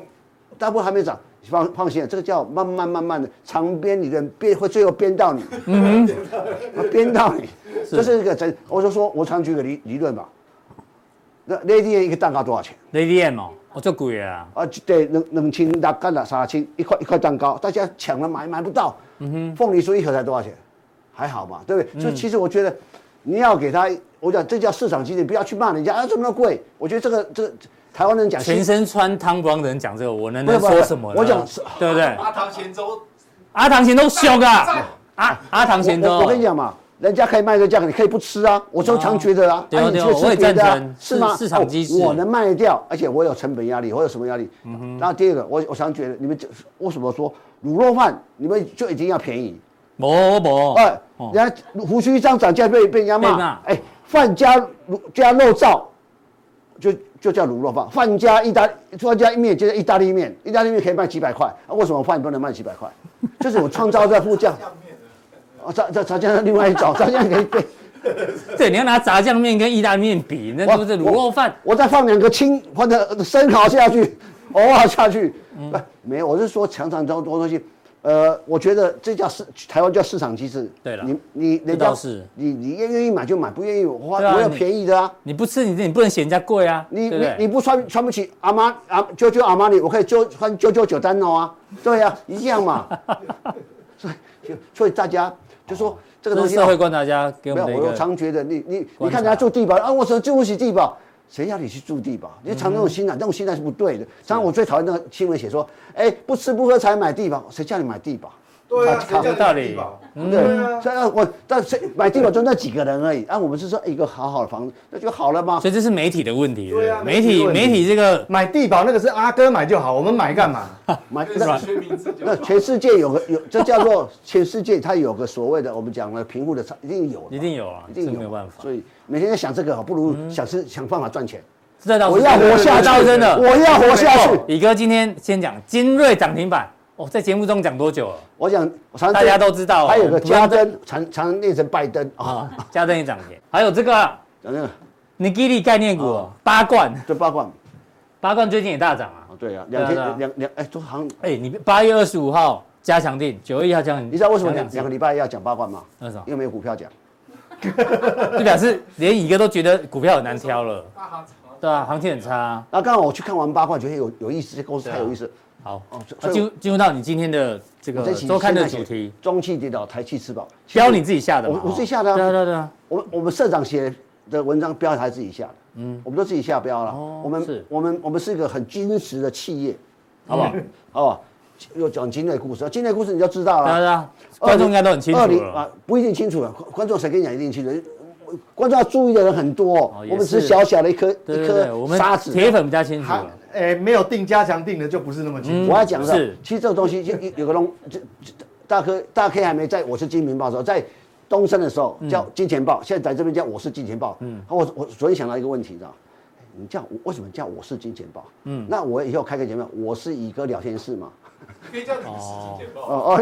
大部分还没涨？放放心，这个叫慢慢慢慢的长鞭理论，鞭会最后鞭到你，鞭到你，这是一个真。我就说，我常举个理理论吧。那那一天一个蛋糕多少钱？
ADM 哦，我做鬼啊，
啊，对，冷冷清大干了杀青，一块一块蛋糕，大家抢了买买不到。凤梨酥一盒才多少钱？还好嘛，对不对？所以其实我觉得，你要给他，我讲这叫市场机制，不要去骂人家啊，这么贵。我觉得这个这个台湾人讲薪
全身穿汤装的人讲这个，我能
不
能
是不是
说什么呢？
我讲是
对不对？
阿唐咸粥
阿唐贤都笑个 啊，阿阿唐哦贤
我
都，
我我跟你，讲嘛，人家可以卖这个价格，你可以不吃啊。我就常觉得啊，
对啊
啊你
对啊
去吃
我也
别的
赞
啊
成，
是吗？
市市场机制嗯
哦我能卖得掉，而且我有成本压力，我有什么压力？然后第二个，我我常觉得你们就为什么说卤肉饭你们就一定要便宜？
不不，
哎，
哦
人家胡须一张涨价被被人家
被骂
骂，哎，饭加卤加肉燥，就就叫卤肉饭，饭加意大饭加面就叫意大利面，意大利面可以卖几百块，啊为什么饭不能卖几百块？就是我创造这副价。哦，炸炸炸酱是另外一种， 炸酱可以被
对，你要拿炸酱面跟意大利面比，那
我
就是卤肉饭。
我再放两个青或者生蚝下去， 偶尔下去，
嗯
不没有，我是说常常这种东西，呃，我觉得这叫市台湾叫市场机制。
对啦
你你人
倒
家
是
你你愿愿意买就买，不愿意我花
对啊
我要
你
便宜的啊。
你不吃你你不能嫌人家贵啊，
你
对
你
不对
你不穿穿不起阿玛阿九九阿玛尼，我可以就穿九九九单哦啊，对啊，一 样嘛。所以所以大家就说这个
这
东
是
西
社
哦
会观察家给我
没有，
们的一
我
个，
常觉得你你
观察
你看人家住地堡啊，我怎么住不起地堡？谁要你去住地堡？你常那种心态，啊那种心态是不对的。
嗯
常常我最讨厌那个新闻写说，哎，不吃不喝才买地堡，谁叫你买地堡？
对啊，
靠
谁叫你
有道理
地保
嗯
对
对，
啊
所以啊我但谁买地堡就那几个人而已。啊，我们是说一个好好的房子，那就好了嘛。
所以这是媒体的问题，
对啊
不媒体
媒体问题
媒体这个
买地保那个是阿哥买就好，我们买干 嘛？
买
就是学名字就
那全世界有个有，这叫做全世界它有个所谓的我们讲的贫富的差，一定有的，
一定有啊，
一
这
定
没
有
有办法。嗯
所以每天在想这个，不如想是想办法赚钱。
这倒是
我要活下
这倒
去，
是真的，
我要活下去。
宇哥今天先讲精锐涨停板，哦，在节目中讲多久了？
我想常常
大家都知道哦
啊还有个加登，常常念成拜登啊，
啊，加登也涨停，还有这个啊
讲那个
n i g i r i 概念
啊
股八冠，
就八卦嘛，
八冠最近也大涨啊
啊。对啊，
对啊对
两
啊
天两两哎，都好像
哎，你八月二十五号加强定，九月一号加强定，
你知道为什么
加
两
强定
两个礼拜要讲八卦吗？
为什么
因为没有股票讲，
就表示连宇哥都觉得股票很难挑了，
大行长
对啊，行情很差啊。
然后刚好我去看完八卦，觉得有有意思，这公司
对啊
太有意思。
好，
哦
那
所以
进入进入到你今天的这
我
个
这期
周刊的
现
主
在写
题，
中汽跌倒，台气吃饱，
标你自己下的嘛，
我我自己
哦
下的啊
对啊对啊对啊，
我我们社长写的文章标还是自己下的，嗯，我们都自己下标了。
哦
我们
是
我们我们是一个很坚实的企业，好不好？好不好？又讲金的故事，金的故事你就知道
对啊
了。
对啊，观众应该都很清楚
呃二零
了。
啊，不一定清楚了，观观众谁跟你讲一定清楚？呃观众要注意的人很多，
哦也
我们只
是
是小小的一颗
对对
一
对，我
颗
们
沙子。啊
铁粉比较清楚了。
哎，没有定加强定的就不是那么
嗯
清楚
我。要讲
是
的是，其实这个东西有有有个东，这这大哥大 K 还没在我是金钱豹的时候，在东升的时候
嗯
叫金钱豹，现在在这边叫我是金钱豹。嗯，我我昨天想到一个问题，你知道吗？你叫我为什么叫我是金钱豹？嗯，那我以后开个节目，我是乙哥聊天室嘛。
可以叫你是金钱豹，
哦哦，哦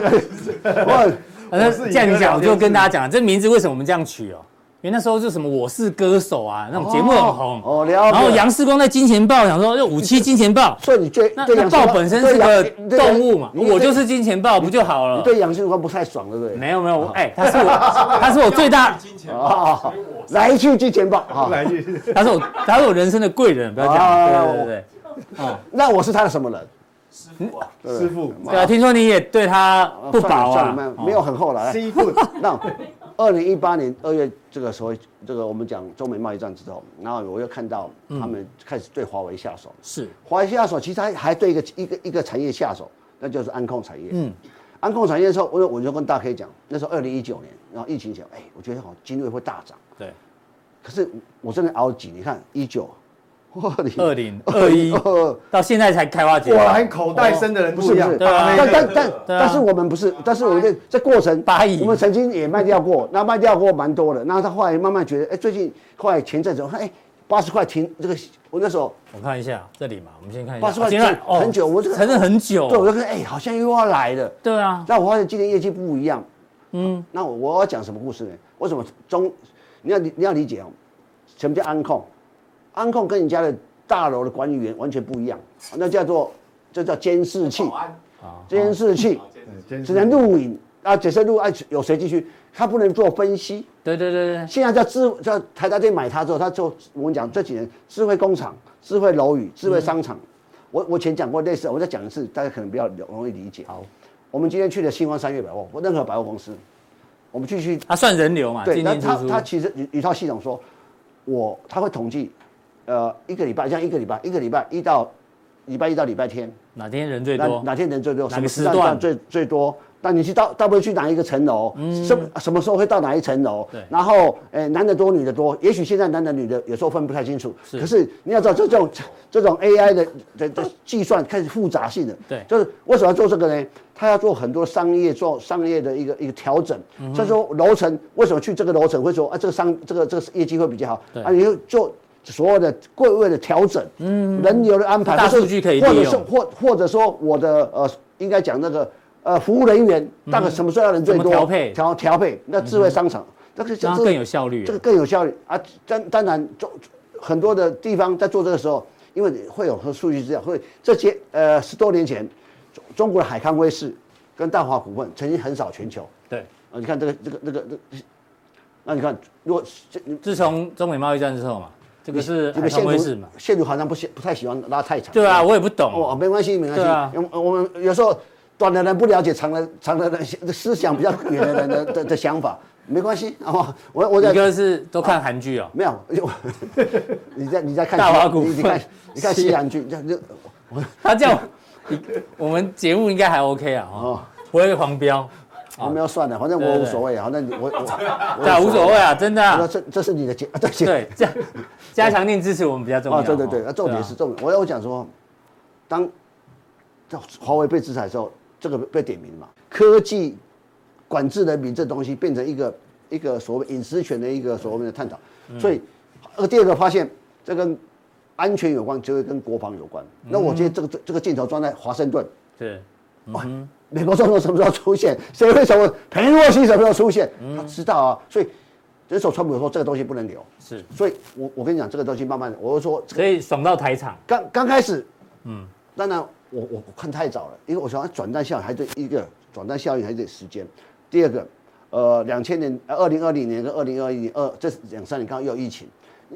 我
反正
我是
这样
一个
讲，我
聊天
就跟
室
大家讲，这名字为什么我们这样取哦？因为那时候就什么我是歌手啊，那种节目很红。
哦哦了解，
然后杨世光在金钱豹想说，哦就五期金钱豹
所以你对
那
对
那
杨世
豹
光
本身
对
是个
杨你对杨
动物嘛，
你对
我就是金钱豹不就好了
你？对杨哦世光不太爽，对不对？
没有没有，哎，他是 我，他是我最大
叫你，金钱豹，
哦
所以我，是
来去金钱豹啊，
来去，
他是我，他是我人生的贵人，不要这
啊
样。对对对，
那我是他的什么人？
师傅啊，
师傅
对啊，听说你也对它不薄
哦算了
啊
算，了没有很厚了。来
C food
那二零一八年二月这个所谓这个我们讲中美贸易战之后，然后我又看到他们开始对华为下手，
是
华为下手其实还还对一个一个一个产业下手，那就是安控产业。嗯，安控产业的时候，我就我就跟大 K 讲，那时候二零一九年，然后疫情前，哎、我觉得好像金锐会大涨，
对，
可是我真的熬几，你看一九、二零、
二 零二一
二
到现在才开花结
果然
果，
口袋深的人
不是
不一
不
样
是，，
对啊
大
但
妹
但
妹
但
对啊
但是我们不是，但是我觉得这过程
八亿
我们曾经也卖掉过，那卖掉过蛮多的，那他后来慢慢觉得，哎，最近后来前阵子我看，哎，八十块停这个，我那时候
我看一下这里嘛，我们先看一下，
八十块
今
钱
天哦
很久，我这
承
个
认很
对，我
久，
就看，哎，好像又要来了。
对啊，
那我发现今年业绩不一样，嗯，那我我要讲什么故事呢？为什么中？你要理你要理解哦，什么叫安控？安控跟人家的大楼的管理员完全不一样，啊那叫做这叫监视器
保，安，
监视器
好，监视器
对
只能录影啊，只是录啊有随机区，它不能做分析。
对对对对，
现在叫智叫台达电买它之后，它就我们讲这几年智慧工厂、智慧楼宇、智慧商场，我我以前讲过类似的，我再讲一次，大家可能比较容易理解。
好，
我们今天去的星光三月百货，或任何百货公司，我们去去
它啊算人流嘛，
对，
进
那
进出
他
出，
他其实有一套系统说，我他会统计，呃，一个礼拜，像一个礼拜，一个礼拜一到礼拜一到礼拜天，
哪天人最
哪
多？
哪天人最
哪
多，什
个
么
时
时段
段
段最最多？那你去到到不去哪一个层楼？什么什么时候会到哪一层楼
嗯对？
然后，呃，男的多，女的多。也许现在男的女的有时候分不太清楚，
是
可是你要知道这种这种 AI 的的的计算开始复杂性的，
对
就是为什么要做这个呢？他要做很多商业做商业的一个一个调整。
嗯
所以说楼层为什么去这个楼层会说啊这个商这个这个业绩会比较好
对
啊？你就做所有的柜位的调整，嗯，人流的安排，
大
或是
数据可以
或
利
者
用
是或或者说我的呃，应该讲那个呃，服务人员大概什么时候要人
嗯
最
怎
多？
么调配
调调配，那智慧商场，那个这
让它
这
更有效率
这个
啊，
更有效率啊！当当然，做很多的地方在做这个时候，因为会有和数据资料，会这些呃十多年前，中中国的海康威视跟大华股份曾经横扫全球
对。
啊！你看这个这个这个这个，那你看如果这你
自从中美贸易战之后嘛，这个是海
你们
康
线
威视嘛
路，线路好像不喜不太喜欢拉太长，
对啊，我也不懂
哦，没关系，没关系。呃
对啊
我我们有时候短的人不了解长的长的人思想比较远的人的的的想法，没关系哦。我我在
一个是都看韩剧哦，
没有， 我你在你在看
大华
西
股
你你看
份啊
你看西洋剧，这样就
他叫我你我们节目应该还 OK 啊，哦，不会黄标，
我们要算了，反正我
对对
无所谓，反正 我我
对啊，无所谓。啊，真的
我说
啊，
这这是你的节，对
对，加加强定支持我们比较重要
啊，
哦，
对对对，啊重点是
啊
重点。我要讲说，当这华为被制裁的时候，这个被点名嘛，科技管制人民这东西变成一个一个所谓隐私权的一个所谓的探讨。
嗯
所以，呃，第二个发现，这跟安全有关，就会跟国防有关。那我觉得这个这个镜头装在华盛顿，
是
美国总统什么时候出现？谁会什么？佩洛西什么时候出现？
嗯
他知道啊，所以那时候川普说这个东西不能留。
是，
所以我我跟你讲，这个东西慢慢的，我就说
所以爽到台场，
刚刚开始，嗯，当然我我我看太早了，因为我想哎转单效应还得一个转单效应还得时间。第二个，呃，两千年、二零二零年跟二零二一年二这两三年刚好又有疫情，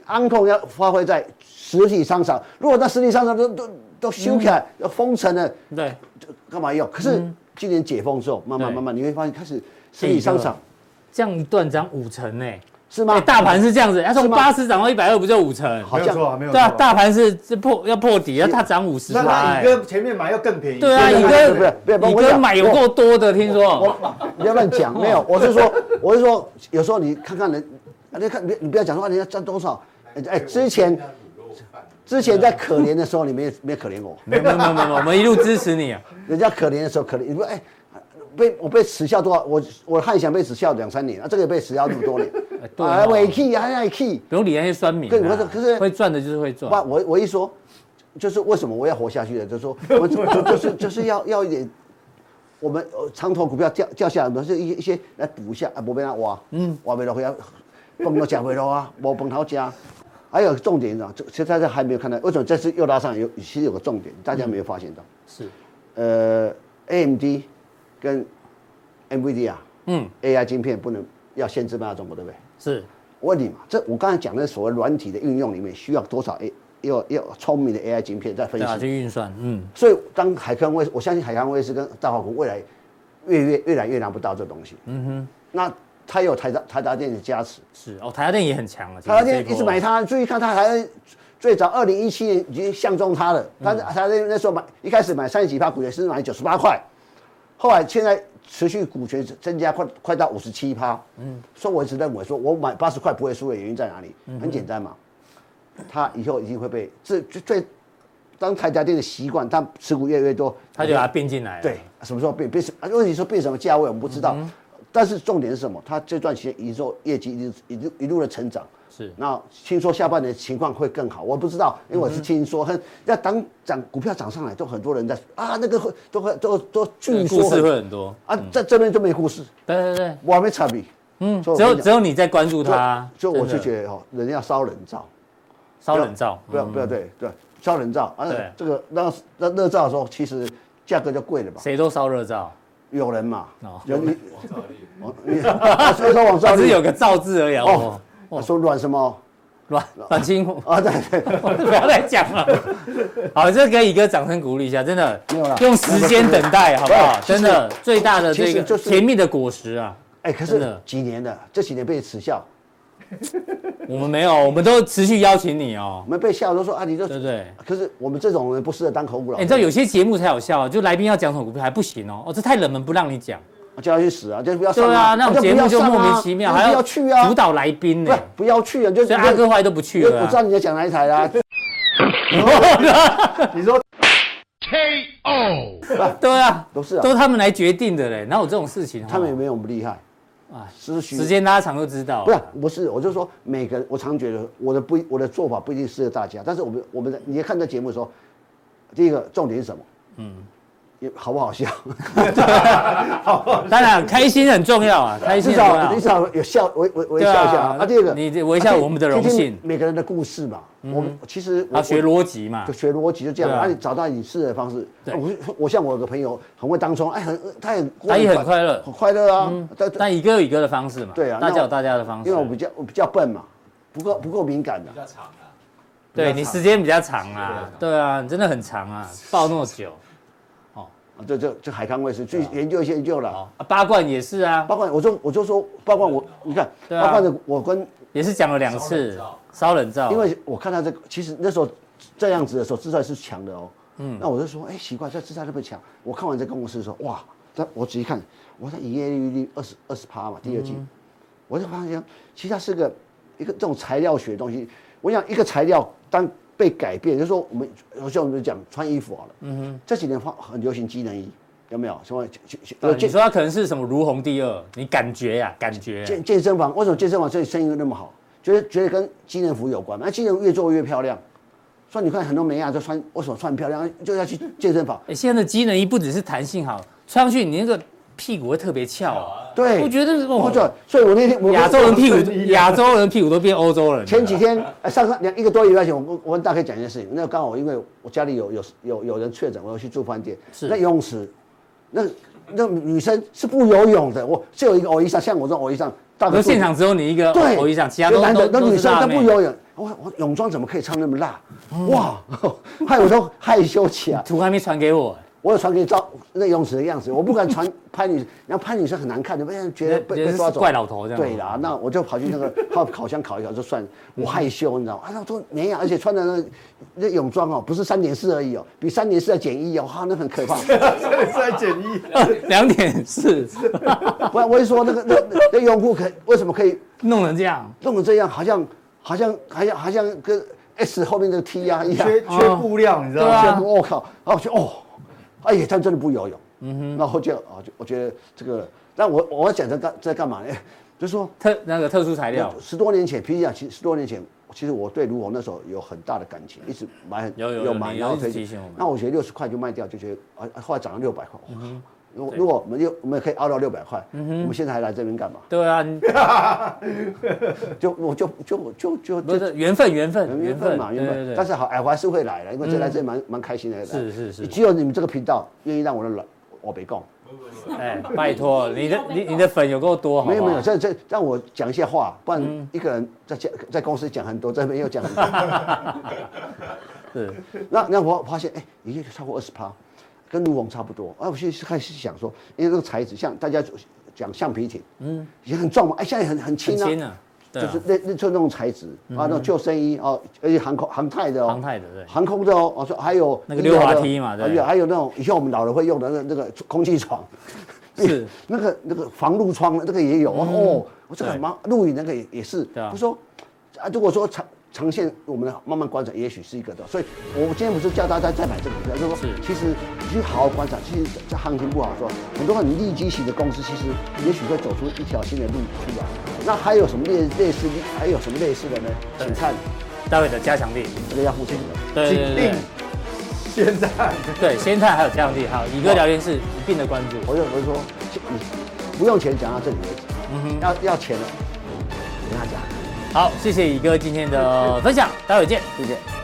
安控要发挥在实体商场，如果那实体商场都都都修起来、
嗯
要封城了，
对，
这干嘛要？可是今年解封之后，慢
嗯
慢
对哎
慢慢你会发现开始实体商场
这样一段涨五成呢，
是吗
哎，？大盘是这样子，它从
是吗
八十涨到一百二，不就五成？
好
没有
像
错啊，没有
对啊，
错。
大盘是是破要破底，要它涨五十
那那
趴
宇，哥前面买要更便宜。
对啊，
对
宇
对对对对对
哥宇
我跟你
哥
讲
买有够多的，听说
我不要乱讲，没有，我是说，我是说，有时候你看看人，啊你看你你不要讲说啊人家赚多少，哎哎，之前之前在可怜的时候，你没有没有可怜我，
没有没有没有没有，我们一路支持你啊。
人家可怜的时候可怜，你说哎，被我被耻笑多少，我我汉翔被耻笑两三年，啊这个也被耻笑这么多年，
对哦
啊委屈还爱气，
不用理那些酸民、啊。
对可是可是
会赚的就是会赚
不，，我我一说，就是为什么我要活下去的，就是说， 我就就就是就是要要一点，我们呃长头股票掉掉下来，我们是一一些来补一下，啊，不被它挖，嗯，挖不落去啊，崩到假回落啊，无崩头家。还有重点啊呢，这现在这还没有看到，为什么这次又拉上来有？其实有个重点，大家没有发现到，
是
呃，AMD 跟 NVD 啊，
嗯
嗯，AI 晶片不能要限制卖到中国，对不对？
是
我问你嘛，这我刚才讲的所谓软体的运用里面需要多少 A 又又聪明的 AI 晶片在分
对啊，
析
去。运算，嗯，
所以当海康威视，我相信海康威视跟大华股未来越越越来越拿不到这东西。嗯哼，那它有台达台达电的加持，
是哦，台达电也很强啊，其实
台达
这
电
波
一直买它，注意看它还最早二零一七年已经相中它了，
嗯
但是台达电那时候买一开始买三十几趴股权，甚至买九十八块，后来现在持续股权增加快快到五十七趴。嗯，所以我一直认为说，我买八十块不会输的原因在哪里？
嗯
很简单嘛，它以后一定会被这最最。当台达电的习惯，它持股越来越多，
他就把它变进来了，
对，什么时候变变什？啊问题说变什么价位我们不知道，
嗯
但是重点是什么？它这段时间营收业绩一路一路一路的成长，
是
那听说下半年情况会更好，我不知道，因
嗯
为我是听说，很要当涨股票涨上来，都很多人在啊，那个会都会都都
这
据
个
说
嗯故事
很
会很多，
啊，在这边就没故事，
对对对，
我还没查比，嗯，
只有只有你在关注它，
就我
真
就
的
觉得哦，人要烧人造，
烧冷灶，嗯
不要不要对对烧人造，而
对
且这个那那热造的时候，其实价格就贵了嘛，
谁都烧热灶，
有人嘛
哦，
有你
王兆力，
哦你 啊所以说网
只
上
是有个“灶”字而已啊，哦
哦，啊说软什么
阮阮清湖，
啊？对对，
不要再讲了。好，这给乙哥掌声鼓励一下，真的
没有啦，
用时间等待，好不好？
对其
真
实
的，最大的这
其
个
实就是
甜蜜的果实啊，
哎，可
真
是
的
几年了，这几年被耻笑，
我们没有，我们都持续邀请你哦
我，们被笑都说啊，你就
对不对？
可是我们这种人不适合当口古老
哎，你知道有些节目才有效啊，就来宾要讲什么股票还不行哦，哦，这太冷门不让你讲。
叫他去死啊，就不要上
对啊，那种
不
节
要
目就
上啊
莫名其妙，
就
还
不
要
要去啊
主，导来宾
不
呢
要，不要去啊，就
所以阿哥后来都不去了
我知
啊。
道你在讲哪一台啦，
你说
KO。
对啊，
都是啊
都他们来决定的嘞，哪有这种事情哦？
他们也没有我们厉害
啊
啊，是许
时间拉长就知道了。
不是不是，我就说每个人，我常觉得我的不一我的做法不一定适合大家，但是我们我们在你在看这节目的时候，第一个重点是什么？嗯，也好不好笑？
当然开心很重要啊， 开心
至
很重要
少至。少有笑，微微微
对
笑
啊
一下啊。啊，第二个，
你微笑
啊
我们的荣幸
听听每个人的故事嘛。我们其实
要
我
学
我
逻辑嘛
就，学逻辑就这样，
对啊
啊，你找到你适合的方式。
对
啊我是我像我有个朋友很会当冲，哎，很他也
他也很快乐
很快乐啊。但但
但一个有一个的方式嘛，
对啊
大
那
家有
我
大家的方式
因为。我比较我比较笨嘛，不够不够敏感的
比。较长啊，
对
比较
你
长
时间比较长啊
是，
对啊，你真的很长啊，抱那么久。
啊这这这海康卫视去研究一下研究了。
啊好，啊八冠也是啊，
包括我就我就说，包括我，你看，
对啊
包括呢我跟，
也是讲了两次烧冷灶，
因为我看到这个，其实那时候这样子的时候，姿态是强的哦。嗯，那我就说，哎，奇怪，这姿态那么强。我看完这公司说，哇，但我仔细看，我它营业利率二十二十趴嘛，第二季，
嗯
我就发现，其实它是个一个这种材料学的东西。我想一个材料当被改变，就是说我们，像我们讲穿衣服好了，嗯哼，这几年发很流行机能衣，有没有？什么
对呃啊你
健
说他可能是什么如虹第二，你感觉呀，感觉啊
健健身房，为什么健身房这里生意那么好？觉得觉得跟机能服有关嘛？那机能越做越漂亮，所以你看很多美亚都穿，为什么穿漂亮就要去健身房？
哎，现在的机能衣不只是弹性好，穿上去你那个屁股会特别翘啊。
对，
我觉得哦
我就所以我那天我
亚洲人屁
我不是
股，
一样
亚洲人屁股都变欧洲人了。
前几天呃上个两一个多礼拜前，我跟我跟大概讲一件事情。那刚好因为我家里有有有有人确诊，我要去住饭店，
是
那游泳池，那那女生是不游泳的，我是有一个偶一上，像我这种偶一上，大
就
概
现场只有你一个哦
对，
偶一上，其他都
有男的
都
那
都
女
是
生
辣
她不
妹。
游泳，我我泳装怎么可以穿那么辣？哇，害我都害羞起来。
图还没传给我，
我有传给你照那泳池的样子，我不 敢传拍女，然后拍女生很难看的，被人觉得
觉
被
得
被
是
抓走。
怪老头这样
对啦，那我就跑去 那个烤烤箱烤一烤就算，我害羞你知道吗？啊，那都没有，而且穿的那那泳装哦，不是三点四而已哦，比三点四还减一哦，哈，那很 可怕。
这是在减一，
两点四，
不然我一说那个那那那泳裤可为什么可以
弄成这样，
弄成这样，好像好像好像好像跟 S 后面那个 T 啊一样。
缺缺布料，你知道
对啊
吗？
全部我靠，然后我就哦，哎呀，他真的不游泳，嗯哼，然后就啊，就我觉得这个，那我我要讲这干在干嘛呢？就是说
特那个特殊材料，
十多年前，皮讲，其实十多年前，其实我对卢红那时候有很大的感情，一直买很
有有有
买，
你
然后
一直
推
提醒我们嗯
那我觉得六十块就卖掉，就觉得啊，后来涨到六百块，哇！如果如果我们又我们也可以凹到六百块，我们现在还来这边干嘛？
对啊，你
就我就就就就
不
就是
缘分缘分
缘分嘛，缘
对对
分。但
对，
是好，哎，我还是会来的，因为这来这蛮蛮开心的。
是是是
只有你们这个频道愿意让我的老我被供，
不不不，
哎，拜托，你 的你你的粉有够多，好不
没
好
有没有，这这让我讲一些话，不
嗯
然一个人在家在公司讲很多，在没有讲很 多。
是，
那那我发现，哎、已经超过二十趴，跟卢网差不多。啊，我现在开始想说，因为这个材质，像大家讲橡皮艇，嗯，也很重嘛，哎、现在很很
很
轻啊，
轻啊，对
就
啊嗯
是，那那就那种材质啊，那种救生衣哦，而且航空航太的哦，
航太的对
航空的哦，我说还有
那个
医疗的
溜滑梯嘛对
还有还有那种以后我们老了会用的那个那个空气床，
是
那个那个防褥窗那个也有哦，我这个
对
蛮露营那个也也是
对啊，
不是说啊，如果说长长线我们慢慢观察，也许是一个的，所以我今天不是叫大家再买这个股票，就是说
是
其实你去好好观察，其实这行情不好说，很多很利基型的公司，其实也许会走出一条新的路出来。那还有什么类类似，还有什么类似的呢？请看
待会的加强力，
这个要付钱的，
对对对对
现在
对，先探还有加强力，好，宇哥聊天室一并的关注，
我就我就说，你不用钱讲到这里为止，要要钱了，等一下讲，
好，谢谢宇哥今天的分享，待会见。
谢谢。